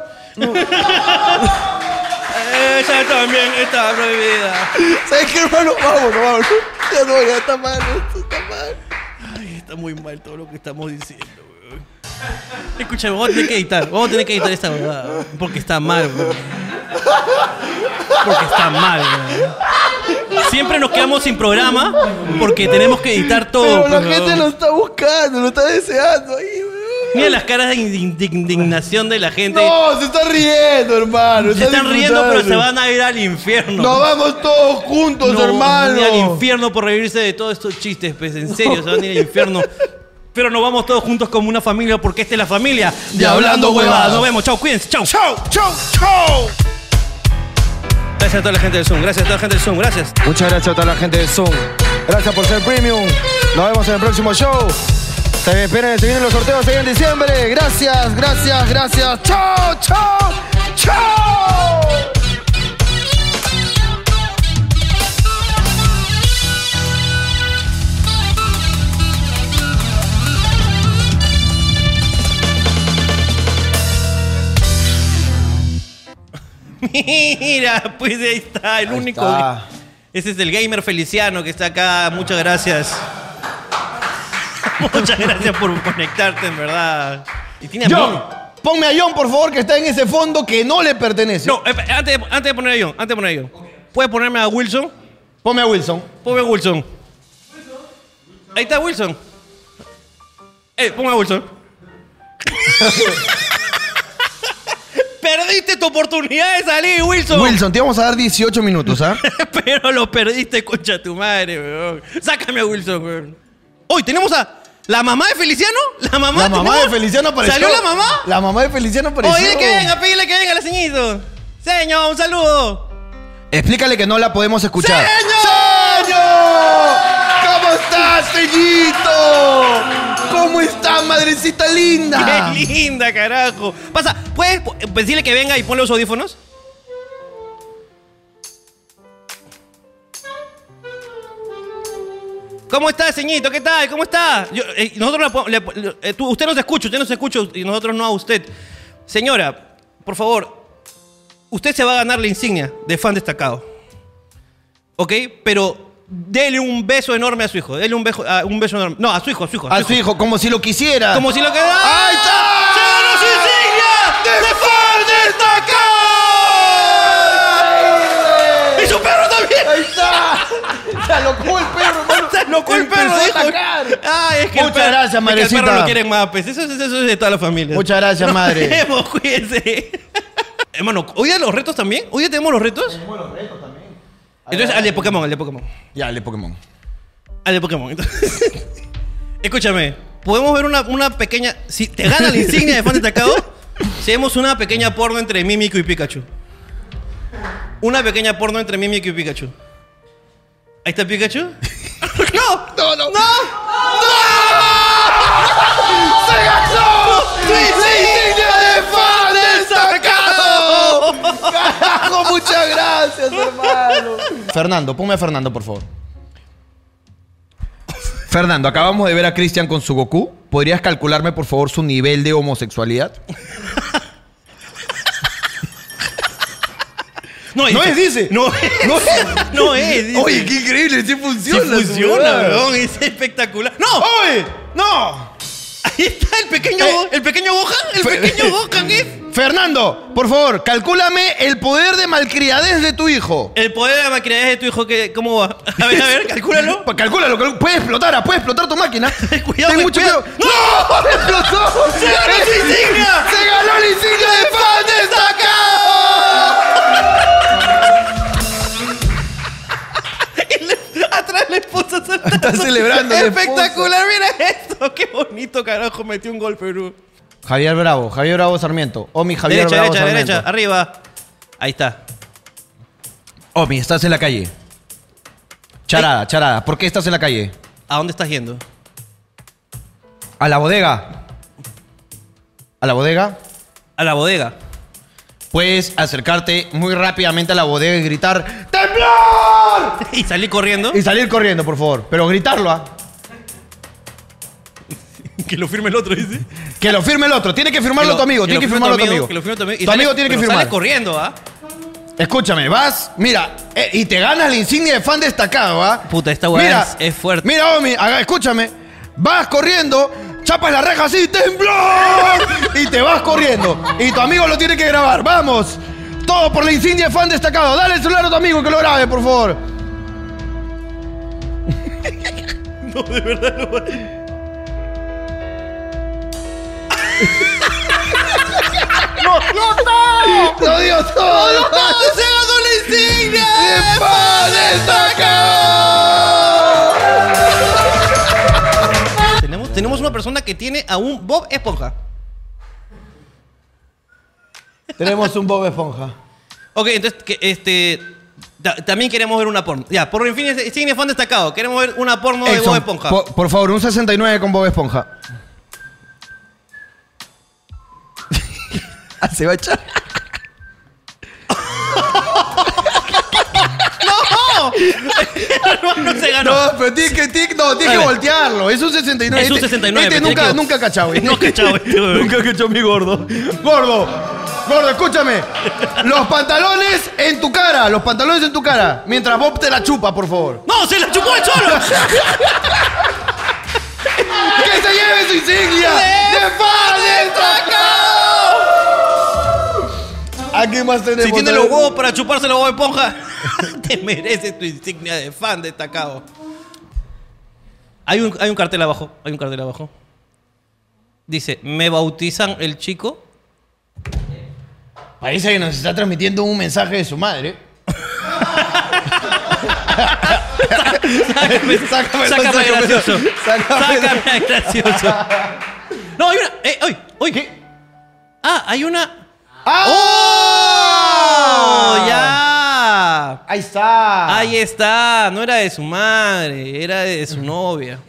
[SPEAKER 3] Esa también está prohibida.
[SPEAKER 4] ¿Sabes qué, hermano? Vámonos, vámonos. Ya no, ya está mal. Esto está mal.
[SPEAKER 3] Ay, está muy mal todo lo que estamos diciendo, weón. Escucha, vamos a tener que editar. Vamos a tener que editar esta verdad. weón, Porque está mal, weón. Porque está mal, weón. Siempre nos quedamos sin programa porque tenemos que editar todo.
[SPEAKER 4] Pero la
[SPEAKER 3] weón.
[SPEAKER 4] gente lo está buscando, lo está deseando. ahí, weón.
[SPEAKER 3] Mira las caras de indi- de indignación de la gente.
[SPEAKER 4] No, se está riendo, hermano.
[SPEAKER 3] se
[SPEAKER 4] está
[SPEAKER 3] están riendo, pero se
[SPEAKER 4] disfrutando.
[SPEAKER 3] van a ir al infierno.
[SPEAKER 4] Nos vamos todos juntos,
[SPEAKER 3] No,
[SPEAKER 4] hermano.
[SPEAKER 3] Ni al infierno por reírse de todos estos chistes, pues en serio, se van a ir al infierno. Pero nos vamos todos juntos como una familia porque esta es la familia de Hablando Huevadas. Nos vemos, chau, cuídense, chau.
[SPEAKER 1] Chau, chau, chau.
[SPEAKER 3] Gracias a toda la gente del Zoom, gracias a toda la gente del Zoom, gracias. <laughs>
[SPEAKER 6] Muchas gracias a toda la gente de Zoom. Gracias por ser premium. Nos vemos en el próximo show. Se, esperen, se vienen los sorteos se vienen en diciembre. Gracias, gracias, gracias. Chao, chao, chao.
[SPEAKER 3] Mira, pues ahí está, el único.
[SPEAKER 6] está.
[SPEAKER 3] Ese es el gamer Feliciano que está acá, muchas gracias. muchas gracias por conectarte, en verdad. Y tiene
[SPEAKER 4] John,
[SPEAKER 3] amigos.
[SPEAKER 4] ponme a John, por favor, que está en ese fondo que no le pertenece.
[SPEAKER 3] No, esp- antes, de- antes de poner a John, antes de poner a John. ¿Puedes ponerme a Wilson?
[SPEAKER 4] Ponme a Wilson.
[SPEAKER 3] Ponme a Wilson. Ahí está Wilson. Eh, ponme a Wilson. <laughs> perdiste tu oportunidad de salir, Wilson.
[SPEAKER 4] Wilson, te vamos a dar 18 minutos, ¿ah?
[SPEAKER 3] <laughs> Pero lo perdiste, concha tu madre, weón. Sácame a Wilson, weón. Hoy tenemos a la mamá de Feliciano. La mamá,
[SPEAKER 4] la mamá de
[SPEAKER 3] tenemos-
[SPEAKER 4] Feliciano apareció.
[SPEAKER 3] ¿Salió la mamá?
[SPEAKER 4] Ah, La mamá de Feliciano apareció.
[SPEAKER 3] Oye, que venga, pídele que venga la ceñito. Señor, un saludo.
[SPEAKER 4] Explícale que no la podemos escuchar.
[SPEAKER 3] Señor.
[SPEAKER 4] ¡Señor! ¿Cómo estás, Sellito? ¿Cómo estás, madrecita linda?
[SPEAKER 3] Qué linda, carajo. Pasa, ¿puedes po- decirle que venga y ponle los audífonos? ¿Cómo está, ceñito? ¿Qué tal? ¿Cómo está? Yo, eh, nosotros la po- le po- le- eh, tú- usted nos escucha, usted nos escucha y nosotros no a usted. Señora, por favor, usted se va a ganar la insignia de fan destacado. ¿Ok? Pero dele un beso enorme a su hijo. Dele un beso, a- un beso enorme. No, a su hijo, a su hijo.
[SPEAKER 4] A su hijo, como si lo quisiera.
[SPEAKER 3] Como si lo quedara.
[SPEAKER 4] ¡Ahí está!
[SPEAKER 3] ¡Se ganó su
[SPEAKER 4] ¡De
[SPEAKER 3] insignia!
[SPEAKER 4] fan destacado! ¡Ahí está! Se alocó el perro, hermano.
[SPEAKER 3] Se alocó el perro,
[SPEAKER 4] Empezó a
[SPEAKER 3] dijo.
[SPEAKER 4] atacar.
[SPEAKER 3] Ah, es que el
[SPEAKER 4] Muchas
[SPEAKER 3] perro-
[SPEAKER 4] gracias,
[SPEAKER 3] es que
[SPEAKER 4] madrecita.
[SPEAKER 3] el perro lo quieren más, pues. Eso, es- eso es de toda la familia.
[SPEAKER 4] Muchas gracias,
[SPEAKER 3] <laughs> Nos
[SPEAKER 4] madre. <laughs>
[SPEAKER 3] vemos, cuídense. Hermano, ¿hoy día los retos también? ¿Hoy día tenemos los retos? Tenemos los retos también. Entonces, al de Pokémon, al de Pokémon.
[SPEAKER 4] Ya, el de Pokémon.
[SPEAKER 3] Al Ah, de Pokémon. Entonces, <laughs> escúchame, ¿podemos ver una, una pequeña... Si te gana la insignia de fan destacado, hacemos una pequeña porno entre Mimikyu y Pikachu. Una pequeña porno entre Mimikyu y Pikachu. ¿Ahí está Pikachu? ¡No! ¡No, no! ¡No!
[SPEAKER 4] ¡Se ganó! ¡Insignia de fan destacado! ¡Carajo, muchas gracias, hermano! Fernando, ponme a Fernando, por favor. Fernando, acabamos de ver a Cristian con su Goku. ¿Podrías calcularme, por favor, su nivel de homosexualidad?
[SPEAKER 3] No es,
[SPEAKER 4] No es, dice.
[SPEAKER 3] No es. No es. dice.
[SPEAKER 4] Oye, qué increíble, sí
[SPEAKER 3] Sí
[SPEAKER 4] funciona.
[SPEAKER 3] funciona,
[SPEAKER 4] su huevada.
[SPEAKER 3] weón. Es espectacular. ¡No!
[SPEAKER 4] ¡Oye! ¡No!
[SPEAKER 3] Ahí está el pequeño,
[SPEAKER 4] Eh.
[SPEAKER 3] el pequeño Gohan. El
[SPEAKER 4] Fe- <laughs>
[SPEAKER 3] pequeño Gohan es.
[SPEAKER 4] Fernando, por favor, calcúlame el poder de malcriadez de tu hijo.
[SPEAKER 3] El poder de la maquinaria de tu hijo, que, ¿cómo va? A ver, a ver, calcúlalo.
[SPEAKER 4] Pa- Calcúlalo, calcú- puede explotar, ah, puede explotar tu <laughs> máquina.
[SPEAKER 3] Cuidado,
[SPEAKER 4] Ten mucho
[SPEAKER 3] cuidado.
[SPEAKER 4] cuidado. <laughs> ¡No! ¡Explotó! ¡Se ganó la insignia! ¡Se ganó la insignia de fan destacado!
[SPEAKER 3] Atrás la esposa saltando.
[SPEAKER 4] Está celebrando la
[SPEAKER 3] Espectacular, mira esto. Qué bonito, carajo. Metió un gol, Perú.
[SPEAKER 4] Javier Bravo, Javier Bravo Sarmiento. Omi, Javier
[SPEAKER 3] derecha,
[SPEAKER 4] Bravo
[SPEAKER 3] derecha,
[SPEAKER 4] Sarmiento.
[SPEAKER 3] derecha. Arriba. Ahí está.
[SPEAKER 4] Omi, estás en la calle.
[SPEAKER 3] ¿Eh?
[SPEAKER 4] Charada, charada. ¿Por qué estás en la calle?
[SPEAKER 3] ¿A dónde estás yendo?
[SPEAKER 4] A la bodega. A la bodega.
[SPEAKER 3] A la bodega.
[SPEAKER 4] Puedes acercarte muy rápidamente a la bodega y gritar ¡Temblor!
[SPEAKER 3] Y salí corriendo.
[SPEAKER 4] Y salir corriendo, por favor. Pero gritarlo, ¿ah?
[SPEAKER 3] <laughs> Que lo firme el otro, dice.
[SPEAKER 4] Que lo firme el otro. Tiene que firmarlo tu amigo. Tiene que, firmarlo tu amigo.
[SPEAKER 3] Que lo firme tu amigo. Y
[SPEAKER 4] Tu
[SPEAKER 3] sale-
[SPEAKER 4] amigo tiene que
[SPEAKER 3] pero
[SPEAKER 4] firmar.
[SPEAKER 3] Sale corriendo, ¿ah?
[SPEAKER 4] Escúchame, vas, mira, eh, y te ganas la insignia de fan destacado, ¿ah?
[SPEAKER 3] Puta, esta weá
[SPEAKER 4] Mira,
[SPEAKER 3] es- es fuerte.
[SPEAKER 4] Mira, Omi, haga- escúchame. Vas corriendo, chapas la reja así, ¡temblor! y te vas corriendo. Y tu amigo lo tiene que grabar. ¡Vamos! Todo por la insignia de fan destacado. Dale el celular a tu amigo que lo grabe, por favor.
[SPEAKER 3] No, de verdad no va.
[SPEAKER 4] ¡Lo dio todo! ¡Lo
[SPEAKER 3] ¡Se ganó la insignia!
[SPEAKER 4] fan destacado!
[SPEAKER 3] Tenemos, tenemos una persona que tiene a un Bob Esponja.
[SPEAKER 7] Tenemos un Bob
[SPEAKER 3] <laughs>
[SPEAKER 7] Esponja.
[SPEAKER 3] Ok, entonces, que, este. ta- también queremos ver una porno. Ya, por fin, insignia fan destacado. Queremos ver una porno de Bob
[SPEAKER 4] Edson,
[SPEAKER 3] Esponja.
[SPEAKER 4] Por, por favor, un 69 con Bob Esponja. Ah, Se va a echar.
[SPEAKER 3] <laughs> no se ganó.
[SPEAKER 4] <laughs> No, pero tiene que, tiene que- no, tiene
[SPEAKER 3] A
[SPEAKER 4] que
[SPEAKER 3] ver.
[SPEAKER 4] voltearlo. Es un 69.
[SPEAKER 3] Es un
[SPEAKER 4] Este-
[SPEAKER 3] 69,
[SPEAKER 4] Este,
[SPEAKER 3] pero tiene
[SPEAKER 4] nunca,
[SPEAKER 3] que-
[SPEAKER 4] nunca ha cachado.
[SPEAKER 3] <laughs> No, cachao, este weón.
[SPEAKER 4] Nunca cachado mi gordo. Gordo. Gordo, escúchame. Los pantalones en tu cara. Los pantalones en tu cara. Mientras Bob te la chupa, por favor.
[SPEAKER 3] ¡No! ¡Se la chupó el solo!
[SPEAKER 4] ¡Que se lleve su insignia! ¡De fan destacado! ¿A qué más tenemos?
[SPEAKER 3] Si tiene
[SPEAKER 4] A
[SPEAKER 3] los
[SPEAKER 4] ver.
[SPEAKER 3] huevos para chuparse los huevos de Esponja, <laughs> te mereces tu insignia de fan destacado. Hay un, hay un cartel abajo. Hay un cartel abajo. Dice: Me bautizan el chico.
[SPEAKER 7] Parece que nos está transmitiendo un mensaje de su madre.
[SPEAKER 4] <laughs>
[SPEAKER 3] Sácame, sácame, sácame gracioso.
[SPEAKER 4] Sácame.
[SPEAKER 3] Sácame gracioso. No, hay una. Eh, ¡Oy! ¡Oy! Ah, hay una.
[SPEAKER 4] ¡Ah!
[SPEAKER 3] ¡Oh! ¡Ya!
[SPEAKER 4] Ahí está.
[SPEAKER 3] Ahí está. No era de su madre, era de su novia.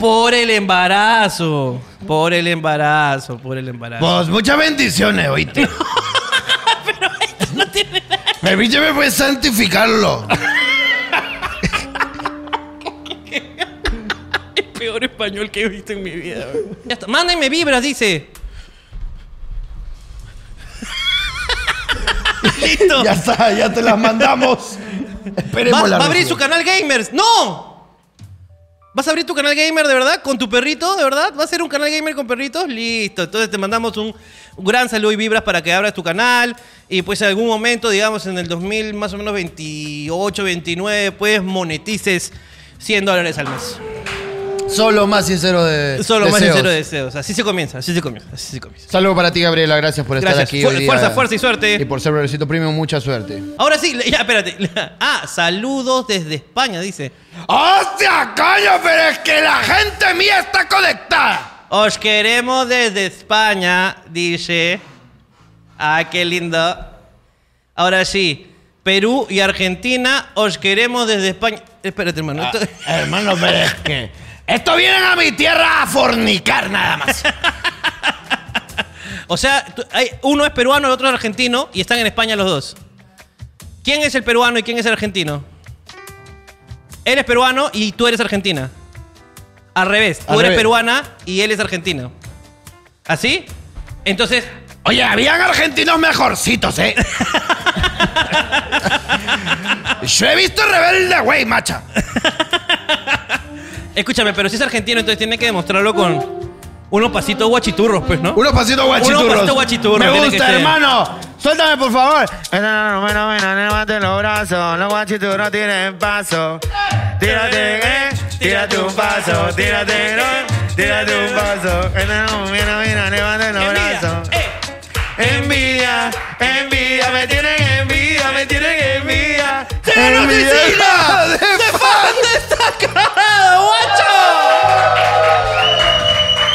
[SPEAKER 3] Por el embarazo. Por el embarazo, por el embarazo.
[SPEAKER 7] Pues muchas bendiciones,
[SPEAKER 3] <laughs>
[SPEAKER 7] oíste. Permíteme pues santificarlo.
[SPEAKER 3] El peor español que he visto en mi vida. bro. Ya está. Mándenme vibras, dice. Listo.
[SPEAKER 7] Ya está, ya te las mandamos.
[SPEAKER 3] Va,
[SPEAKER 7] Esperemos
[SPEAKER 3] va
[SPEAKER 7] la
[SPEAKER 3] a abrir su
[SPEAKER 7] respuesta.
[SPEAKER 3] canal Gamers. ¡No! ¿Vas a abrir tu canal gamer de verdad? ¿Con tu perrito? ¿De verdad? ¿Va a ser un canal gamer con perritos? Listo. Entonces te mandamos un gran saludo y vibras para que abras tu canal. Y pues en algún momento, digamos en el 2000, más o menos 28, 29, pues monetices 100 dólares al mes.
[SPEAKER 4] Solo más sincero de
[SPEAKER 3] Solo más
[SPEAKER 4] deseos.
[SPEAKER 3] sincero de deseos. Así se comienza, así se comienza, así se comienza.
[SPEAKER 4] Saludo para ti, Gabriela. Gracias por
[SPEAKER 3] Gracias.
[SPEAKER 4] estar aquí.
[SPEAKER 3] Fu-
[SPEAKER 4] hoy día. Eh,
[SPEAKER 3] fuerza, fuerza y suerte.
[SPEAKER 4] Y por ser Bebecito Premium, mucha suerte.
[SPEAKER 3] Ahora sí, le- ya, espérate. <laughs> Ah, saludos desde España, dice.
[SPEAKER 4] ¡Hostia, coño! Pero es que la gente mía está <laughs> conectada.
[SPEAKER 3] Os queremos desde España, dice. Ah, qué lindo. Ahora sí, Perú y Argentina, os queremos desde España. Espérate, hermano. esto-
[SPEAKER 4] Ah. Hermano, pero es que. Esto vienen a mi tierra a fornicar nada más.
[SPEAKER 3] O sea, tú- hay, uno es peruano, el otro es argentino y están en España los dos. ¿Quién es el peruano y quién es el argentino? Él es peruano y tú eres argentina. Al revés, tú
[SPEAKER 4] Al
[SPEAKER 3] eres
[SPEAKER 4] revés.
[SPEAKER 3] peruana y él es argentino. ¿Así? Entonces,
[SPEAKER 4] Oye, habían argentinos mejorcitos, <laughs> ¿eh? Yo he visto rebelde, güey, macha.
[SPEAKER 3] escúchame, pero si es argentino, entonces tiene que demostrarlo con unos pasitos guachiturros, pues, ¿no?
[SPEAKER 4] Unos pasitos guachiturros.
[SPEAKER 3] Unos pasitos guachiturros,
[SPEAKER 4] Me
[SPEAKER 3] tiene que
[SPEAKER 4] gusta,
[SPEAKER 3] ser.
[SPEAKER 4] hermano.
[SPEAKER 6] Suéltame, por favor. No, no, no, no, no, levante los brazos. Los guachiturros tienen paso. Tírate, eh, tírate un paso. Tírate, eh, tírate un paso. Eh, No, no, mira, mira, levante los
[SPEAKER 3] Envidia,
[SPEAKER 6] brazos.
[SPEAKER 3] eh,
[SPEAKER 6] Envidia, envidia, me tienen envidia, me tienen envidia.
[SPEAKER 4] ¡Envidia!